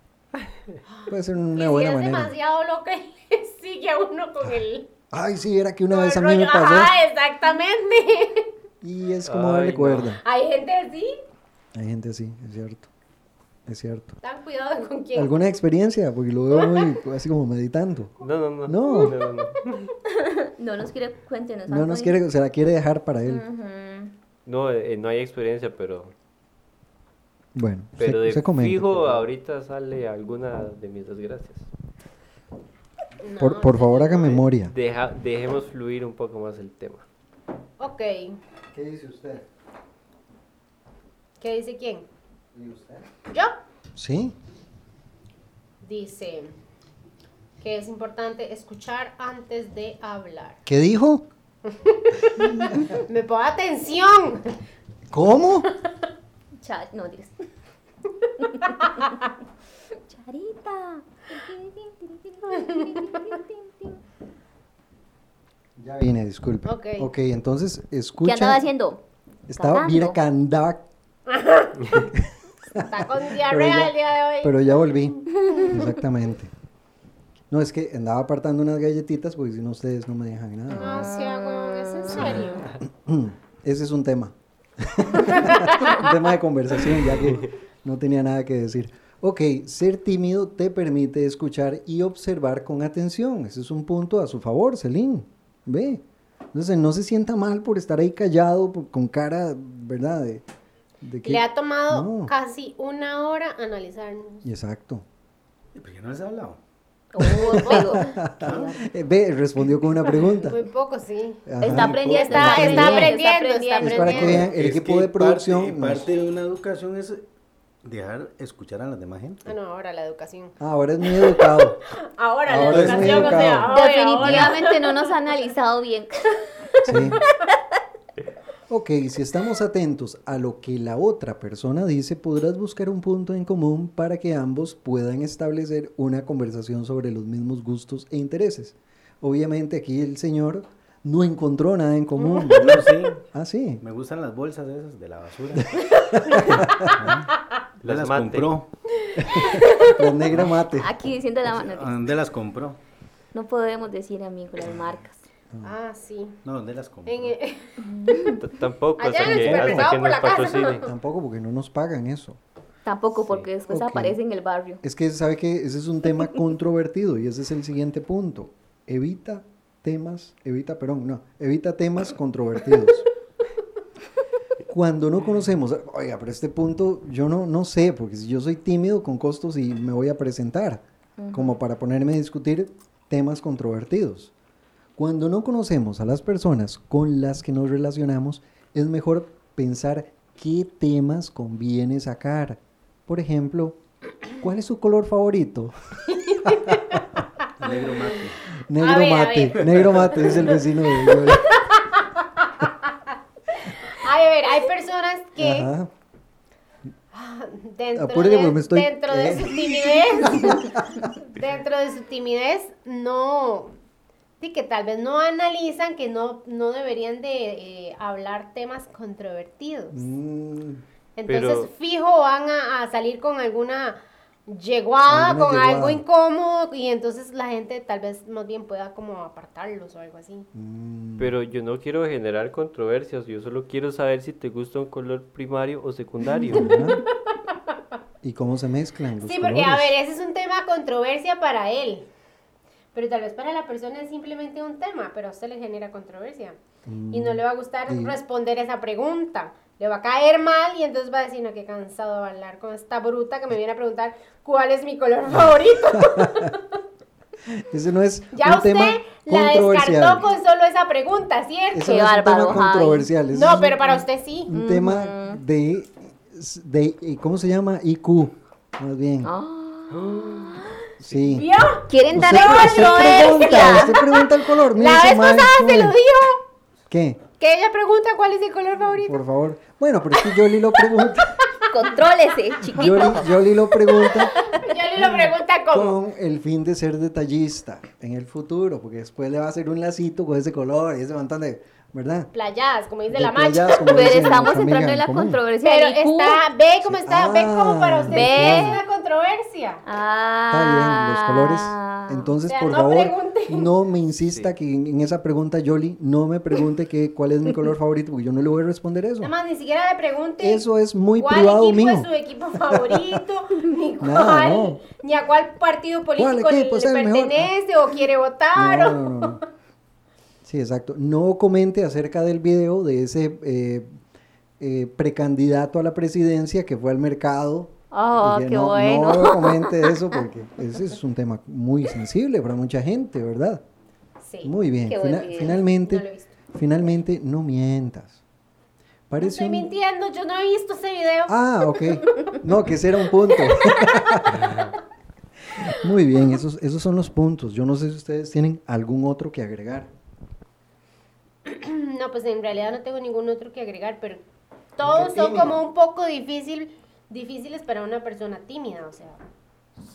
Speaker 3: Puede ser
Speaker 4: Y
Speaker 3: una
Speaker 4: si
Speaker 3: buena
Speaker 4: es
Speaker 3: manera.
Speaker 4: demasiado loco le sigue a uno con el,
Speaker 3: Ay, sí, era que una
Speaker 4: con el
Speaker 3: vez a mí me
Speaker 4: rollo.
Speaker 3: pasó.
Speaker 4: Ajá, exactamente.
Speaker 3: Y es como
Speaker 6: Ay,
Speaker 3: darle
Speaker 6: no.
Speaker 3: cuerda.
Speaker 4: Hay gente así.
Speaker 3: Hay gente así, es cierto. Es cierto.
Speaker 4: Tan cuidado con quién.
Speaker 3: ¿Alguna experiencia? Porque lo veo muy así como meditando.
Speaker 6: No, no, no.
Speaker 3: No.
Speaker 6: no, no.
Speaker 5: No nos quiere cuéntenos.
Speaker 3: No nos
Speaker 5: Anthony.
Speaker 3: quiere, se la quiere dejar para él.
Speaker 5: Ujú.
Speaker 6: No, eh, no hay experiencia, pero.
Speaker 3: Bueno, se-
Speaker 6: Pero de
Speaker 3: se comenta,
Speaker 6: fijo,
Speaker 3: por favor.
Speaker 6: ahorita sale alguna de mis desgracias.
Speaker 4: No,
Speaker 3: Por, por favor, haga memoria.
Speaker 6: Deja, dejemos fluir un poco más el tema.
Speaker 4: Ok.
Speaker 3: ¿Qué dice usted?
Speaker 4: ¿Qué dice quién? Yo.
Speaker 3: ¿Sí?
Speaker 4: Dice que es importante escuchar antes de hablar.
Speaker 3: ¿Qué dijo?
Speaker 4: Me pongo atención.
Speaker 3: ¿Cómo?
Speaker 5: Cha- no, digas. Charita.
Speaker 3: Ya vine, disculpe.
Speaker 4: Ok.
Speaker 3: Ok, entonces
Speaker 5: ¿Qué
Speaker 3: escucha.
Speaker 5: andaba haciendo?
Speaker 3: Estaba, viera que
Speaker 5: Cagando.
Speaker 3: andaba,
Speaker 4: Está con
Speaker 3: Pero ya-
Speaker 4: diarrea el día de hoy.
Speaker 3: pero ya volví. Exactamente. No, es que andaba apartando unas galletitas porque si no ustedes no me dejan nada.
Speaker 4: No, sí, hago- es
Speaker 3: Ah,
Speaker 4: en serio.
Speaker 3: Ese es un tema. un tema de conversación, ya que no tenía nada que decir. Ok, ser tímido te permite escuchar y observar con atención. Ese es un punto a su favor, Celine. Ve. Entonces, no se sienta mal por estar ahí callado, por- con cara, ¿verdad? De, de que-
Speaker 4: Le ha tomado
Speaker 3: No.
Speaker 4: casi una hora analizarnos.
Speaker 3: Exacto.
Speaker 7: ¿Y ¿Por qué no les he hablado?
Speaker 5: Oh, digo,
Speaker 3: Eh, ve, respondió con una pregunta.
Speaker 4: Muy poco, sí.
Speaker 3: Ajá.
Speaker 5: Está aprendiendo.
Speaker 4: Está- está aprendiendo, está
Speaker 3: Es para que vean,
Speaker 4: aprendiendo.
Speaker 3: el
Speaker 7: Es
Speaker 3: equipo de
Speaker 7: parte-
Speaker 3: producción...
Speaker 7: Parte,
Speaker 3: nos-
Speaker 7: de una educación es dejar escuchar a la demás gente.
Speaker 4: Ah, no, ahora la educación.
Speaker 3: Ah, ahora es muy educado.
Speaker 4: Ahora,
Speaker 3: Ahora
Speaker 4: la
Speaker 3: es muy
Speaker 4: educación, o sea,
Speaker 3: educado.
Speaker 4: ahora, ahora.
Speaker 5: Definitivamente no nos ha analizado bien.
Speaker 3: Sí. Ok, si estamos atentos a lo que la otra persona dice, podrás buscar un punto en común para que ambos puedan establecer una conversación sobre los mismos gustos e intereses. Obviamente aquí el señor no encontró nada en común.
Speaker 7: No sé.
Speaker 3: Ah, sí.
Speaker 7: Me gustan las bolsas esas de la basura. ¿Dónde
Speaker 6: Las
Speaker 7: las
Speaker 6: mate.
Speaker 7: compró?
Speaker 3: La negra mate.
Speaker 5: Aquí diciendo
Speaker 4: Ah,
Speaker 5: la
Speaker 3: Ah.
Speaker 5: mano.
Speaker 7: ¿Dónde las compró?
Speaker 5: No podemos decir, amigo, las marcas.
Speaker 4: Ah, sí.
Speaker 7: No, ¿dónde las compró?
Speaker 4: En, eh,
Speaker 6: T- Tampoco,
Speaker 4: Allá
Speaker 6: hasta
Speaker 4: en el
Speaker 6: que, hasta
Speaker 4: supermercado
Speaker 6: que
Speaker 4: por
Speaker 6: nos
Speaker 4: la casa.
Speaker 6: patrocine.
Speaker 3: Tampoco porque no nos pagan eso.
Speaker 5: Tampoco, porque después
Speaker 3: Ok. Mm.
Speaker 5: aparece en el barrio.
Speaker 3: Es que sabe que ese es un tema controvertido y ese es el siguiente punto. Evita temas, evita, perdón, no, evita temas controvertidos. Cuando no conocemos, oiga, pero este punto yo no, no sé, porque si yo soy tímido con costos y me voy a presentar, como para ponerme a discutir temas controvertidos. Cuando no conocemos a las personas con las que nos relacionamos, es mejor pensar qué temas conviene sacar. Por ejemplo, ¿cuál es su color favorito?
Speaker 7: Negro mate.
Speaker 3: Negro
Speaker 4: A ver, a
Speaker 3: mate,
Speaker 4: ver.
Speaker 3: negro mate es el vecino de Viola.
Speaker 4: A ver, hay personas que
Speaker 3: Ajá.
Speaker 4: dentro,
Speaker 3: Apúrele,
Speaker 4: de,
Speaker 3: pues, me estoy-
Speaker 4: dentro de
Speaker 3: eh.
Speaker 4: su timidez, dentro de su timidez, no, sí que tal vez no analizan que no, no deberían de eh, hablar temas controvertidos.
Speaker 3: Mm,
Speaker 4: Entonces,
Speaker 6: Pero-
Speaker 4: fijo, van a, a salir con alguna yeguada,
Speaker 3: Alguna
Speaker 4: con algo
Speaker 3: yeguada.
Speaker 4: incómodo, y entonces la gente tal vez más bien pueda como apartarlos o algo así.
Speaker 3: mm.
Speaker 6: Pero yo no quiero generar controversias, yo solo quiero saber si te gusta un color primario o secundario.
Speaker 3: Ajá. ¿Y cómo se mezclan los
Speaker 4: Sí, porque a
Speaker 3: colores?
Speaker 4: ver, ese es un tema controversia para él. Pero tal vez para la persona es simplemente un tema, pero a usted le genera controversia. Y
Speaker 3: Mm,
Speaker 4: no le va a gustar
Speaker 3: Sí.
Speaker 4: responder esa pregunta. Le va a caer mal y entonces va a decir, no, qué cansado de hablar con esta bruta que me viene a preguntar cuál es mi color favorito.
Speaker 3: Ese no es
Speaker 4: Ya
Speaker 3: un
Speaker 4: usted
Speaker 3: tema
Speaker 4: la descartó
Speaker 3: controversial.
Speaker 4: con solo esa pregunta, ¿cierto?
Speaker 3: Ese
Speaker 5: Qué
Speaker 3: no es un
Speaker 5: bárbaro,
Speaker 3: tema
Speaker 5: Javi.
Speaker 3: controversial. ese es
Speaker 4: No,
Speaker 3: un-
Speaker 4: pero para usted sí.
Speaker 3: Un tema de, de, eh, ¿cómo se llama? IQ, más bien.
Speaker 4: Ah,
Speaker 3: Sí.
Speaker 4: ¿Vio?
Speaker 5: Ah. Quieren
Speaker 3: Usted,
Speaker 5: darle
Speaker 3: usted pregunta,
Speaker 5: controversia.
Speaker 3: usted pregunta el color. mire,
Speaker 4: La
Speaker 3: ese
Speaker 4: vez
Speaker 3: mae,
Speaker 4: pasada se lo
Speaker 3: mae.
Speaker 4: dijo.
Speaker 3: ¿Qué?
Speaker 4: Que ella pregunta cuál es el color favorito.
Speaker 3: Por favor. Bueno, pero es que Yoli lo pregunta.
Speaker 5: Contrólese, chiquito.
Speaker 3: Yoli, Yoli lo pregunta
Speaker 4: Yo le lo pregunta cómo.
Speaker 3: con el fin de ser detallista en el futuro, porque después le va a hacer un lacito con ese color y ese montón de, ¿verdad?
Speaker 4: Playadas, como dice
Speaker 3: De
Speaker 4: la mancha.
Speaker 3: playas, como
Speaker 5: Pero
Speaker 3: dicen
Speaker 5: estamos
Speaker 3: nuestra amiga
Speaker 5: entrando en la
Speaker 3: común.
Speaker 5: controversia
Speaker 4: Pero
Speaker 5: del IQ.
Speaker 4: está, ve cómo está, ve
Speaker 3: Ah,
Speaker 4: cómo para usted
Speaker 5: Ve.
Speaker 4: es una controversia.
Speaker 5: Ah.
Speaker 3: Está bien, los colores. Entonces,
Speaker 4: O sea,
Speaker 3: por
Speaker 4: no
Speaker 3: favor,
Speaker 4: pregunte.
Speaker 3: no me insista
Speaker 6: Sí.
Speaker 3: que en, en esa pregunta, Yoli, no me pregunte que, cuál es mi color favorito, porque yo no le voy a responder eso.
Speaker 4: Nada más ni siquiera le pregunte
Speaker 3: Eso es muy
Speaker 4: cuál
Speaker 3: privado
Speaker 4: equipo
Speaker 3: mío.
Speaker 4: es su equipo favorito, ni cuál,
Speaker 3: Nada, no.
Speaker 4: ni a cuál partido político le,
Speaker 3: equipo es el mejor?
Speaker 4: pertenece o quiere votar.
Speaker 3: No,
Speaker 4: o-
Speaker 3: no, no, no. Sí, exacto. No comente acerca del video de ese eh, eh, precandidato a la presidencia que fue al mercado.
Speaker 5: Oh,
Speaker 3: Y que
Speaker 5: qué
Speaker 3: no,
Speaker 5: bueno.
Speaker 3: No comente eso porque ese es un tema muy sensible para mucha gente, ¿verdad?
Speaker 4: Sí.
Speaker 3: Muy bien.
Speaker 5: Qué buen
Speaker 3: Fina-
Speaker 5: video.
Speaker 3: finalmente,
Speaker 4: No lo he visto.
Speaker 3: finalmente, no mientas.
Speaker 4: No
Speaker 3: Parece
Speaker 4: estoy
Speaker 3: un-
Speaker 4: mintiendo, yo no he visto ese video.
Speaker 3: Ah, ok. No, que ese era un punto. Muy bien, esos, esos son los puntos. Yo no sé si ustedes tienen algún otro que agregar.
Speaker 4: No, pues en realidad no tengo ningún otro que agregar, pero todos son
Speaker 3: tímida.
Speaker 4: como un poco difícil, difíciles para una persona tímida, o sea.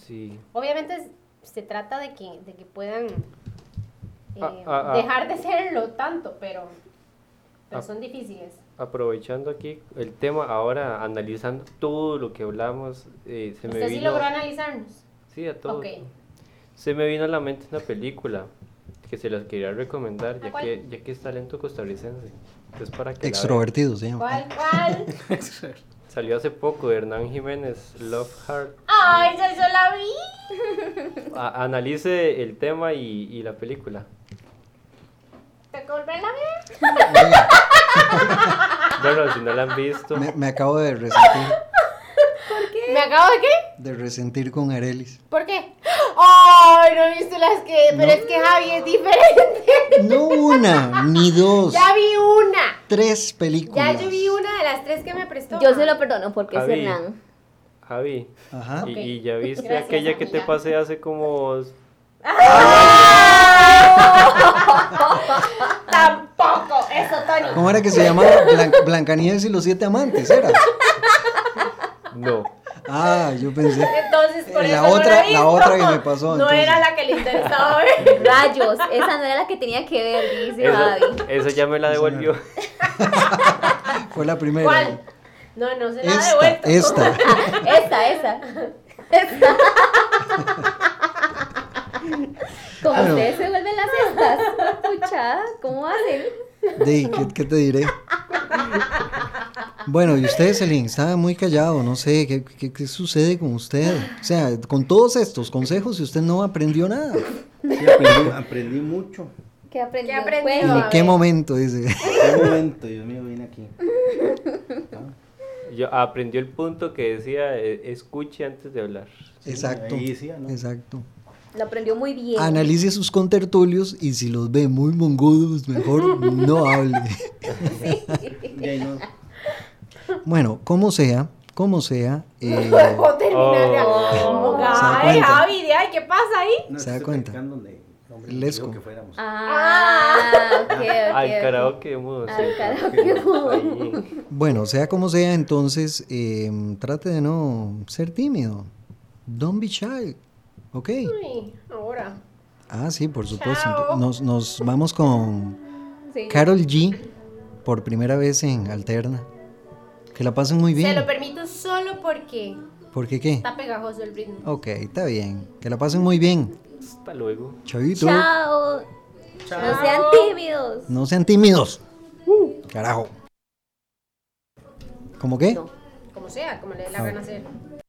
Speaker 6: Sí.
Speaker 4: Obviamente es- se trata de que, de que puedan
Speaker 6: Ah,
Speaker 4: eh,
Speaker 6: ah, ah.
Speaker 4: dejar de serlo tanto, pero, pero
Speaker 6: Ah.
Speaker 4: son difíciles.
Speaker 6: Aprovechando aquí el tema, ahora analizando todo lo que hablamos, eh, se me
Speaker 4: Usted sí
Speaker 6: vino...
Speaker 4: logró analizarnos.
Speaker 6: Sí, a todo.
Speaker 4: Ok.
Speaker 6: Se me vino a la mente una película que se las quería recomendar, ya
Speaker 4: ¿Cuál?
Speaker 6: que, ya que es talento costarricense. Es para que la vean.
Speaker 3: Extrovertido se llama.
Speaker 4: ¿Cuál, cuál?
Speaker 6: Salió hace poco Hernán Jiménez, Love Heart.
Speaker 4: ¡Ay, yo, yo la vi!
Speaker 6: A- analice el tema y, y la película.
Speaker 4: ¿Te volverla a ver?
Speaker 6: Bueno, si no la han visto,
Speaker 3: Me, me acabo de resentir,
Speaker 4: ¿Me acabo de qué?
Speaker 3: de resentir con Arelis.
Speaker 4: ¿Por qué? ¡Ay, no he visto las que... Pero es que Javi es diferente.
Speaker 3: No una, ni dos,
Speaker 4: ya vi una.
Speaker 3: tres películas.
Speaker 4: Ya yo vi una de las tres que me prestó.
Speaker 5: Yo se lo perdono porque es
Speaker 6: Javi.
Speaker 5: Hernán.
Speaker 6: Javi.
Speaker 3: Ajá.
Speaker 6: Y,
Speaker 4: Ok.
Speaker 6: y ya viste
Speaker 4: Gracias,
Speaker 6: aquella que te
Speaker 4: amiga.
Speaker 6: pasé hace como.
Speaker 4: Tampoco. Eso, Tony.
Speaker 3: ¿Cómo era que se llamaba? Blan- Blancanieves y los siete amantes, ¿era?
Speaker 6: No.
Speaker 3: Ah, yo pensé.
Speaker 4: Entonces, por
Speaker 3: Eh,
Speaker 4: eso
Speaker 3: la
Speaker 4: no
Speaker 3: otra-
Speaker 4: la, he visto.
Speaker 3: la otra que me pasó,
Speaker 4: No
Speaker 3: entonces.
Speaker 4: era la que le interesaba ver.
Speaker 5: Rayos, esa no era la que tenía que ver, dice
Speaker 6: Esa,
Speaker 5: Javi.
Speaker 6: esa ya me la devolvió.
Speaker 3: Fue la primera.
Speaker 4: ¿Cuál? No, no se la ha
Speaker 3: Esta,
Speaker 4: devuelto.
Speaker 3: esta.
Speaker 5: Ah, esa, esa. Esa. Como
Speaker 3: Bueno.
Speaker 5: ustedes se vuelven las estas. Pucha, ¿cómo hacen?
Speaker 3: Di, ¿qué, qué te diré? Bueno, y usted, Celine, está muy callado, no sé, ¿qué, qué, qué sucede con usted? O sea, con todos estos consejos y usted no aprendió nada.
Speaker 7: Sí, aprendí, aprendí mucho.
Speaker 5: ¿Qué aprendió?
Speaker 4: ¿Qué aprendió?
Speaker 5: Cuéntame.
Speaker 4: No,
Speaker 3: ¿En
Speaker 4: a
Speaker 3: qué
Speaker 4: ver.
Speaker 3: momento? Dice.
Speaker 7: ¿Qué momento? Dios mío, vine aquí.
Speaker 6: Yo aprendió el punto que decía, eh, escuche antes de hablar.
Speaker 7: Sí,
Speaker 3: Exacto.
Speaker 7: ahí sí, ¿no?
Speaker 3: Exacto.
Speaker 5: Lo aprendió muy bien.
Speaker 3: Analice sus contertulios y si los ve muy mongudos, mejor no hable.
Speaker 7: De ahí no.
Speaker 3: Bueno, como sea, como sea, eh,
Speaker 4: Puedo terminar de
Speaker 6: Oh.
Speaker 4: hablar.
Speaker 3: Se da
Speaker 4: Ay,
Speaker 3: cuenta.
Speaker 4: Javi, de ay, ¿qué pasa ahí?
Speaker 7: No,
Speaker 3: ¿Se da
Speaker 7: estoy
Speaker 3: cuenta?
Speaker 7: pensando donde- hombre,
Speaker 3: Lesco.
Speaker 7: dijo que fuéramos.
Speaker 5: Ah, ok, ok,
Speaker 6: Al
Speaker 5: ok.
Speaker 6: karaoke mudo. sí.
Speaker 5: Al karaoke mudo.
Speaker 6: Ahí.
Speaker 3: bueno, sea como sea, entonces eh, trate de no ser tímido. Don't be shy. Ok.
Speaker 4: Ay, ahora.
Speaker 3: Ah, sí, por supuesto.
Speaker 4: Chao.
Speaker 3: Nos, nos vamos con
Speaker 5: Sí.
Speaker 3: Carol G por primera vez en Alterna. Que la pasen muy bien.
Speaker 4: Se lo permito solo porque
Speaker 3: ¿Por qué qué?
Speaker 4: está pegajoso el ritmo.
Speaker 3: Ok, está bien. Que la pasen muy bien.
Speaker 6: Hasta luego.
Speaker 3: Chavito.
Speaker 5: Chao. No sean tímidos.
Speaker 3: No sean tímidos. Carajo. ¿Cómo qué?
Speaker 4: Como sea, como le dé la gana hacer.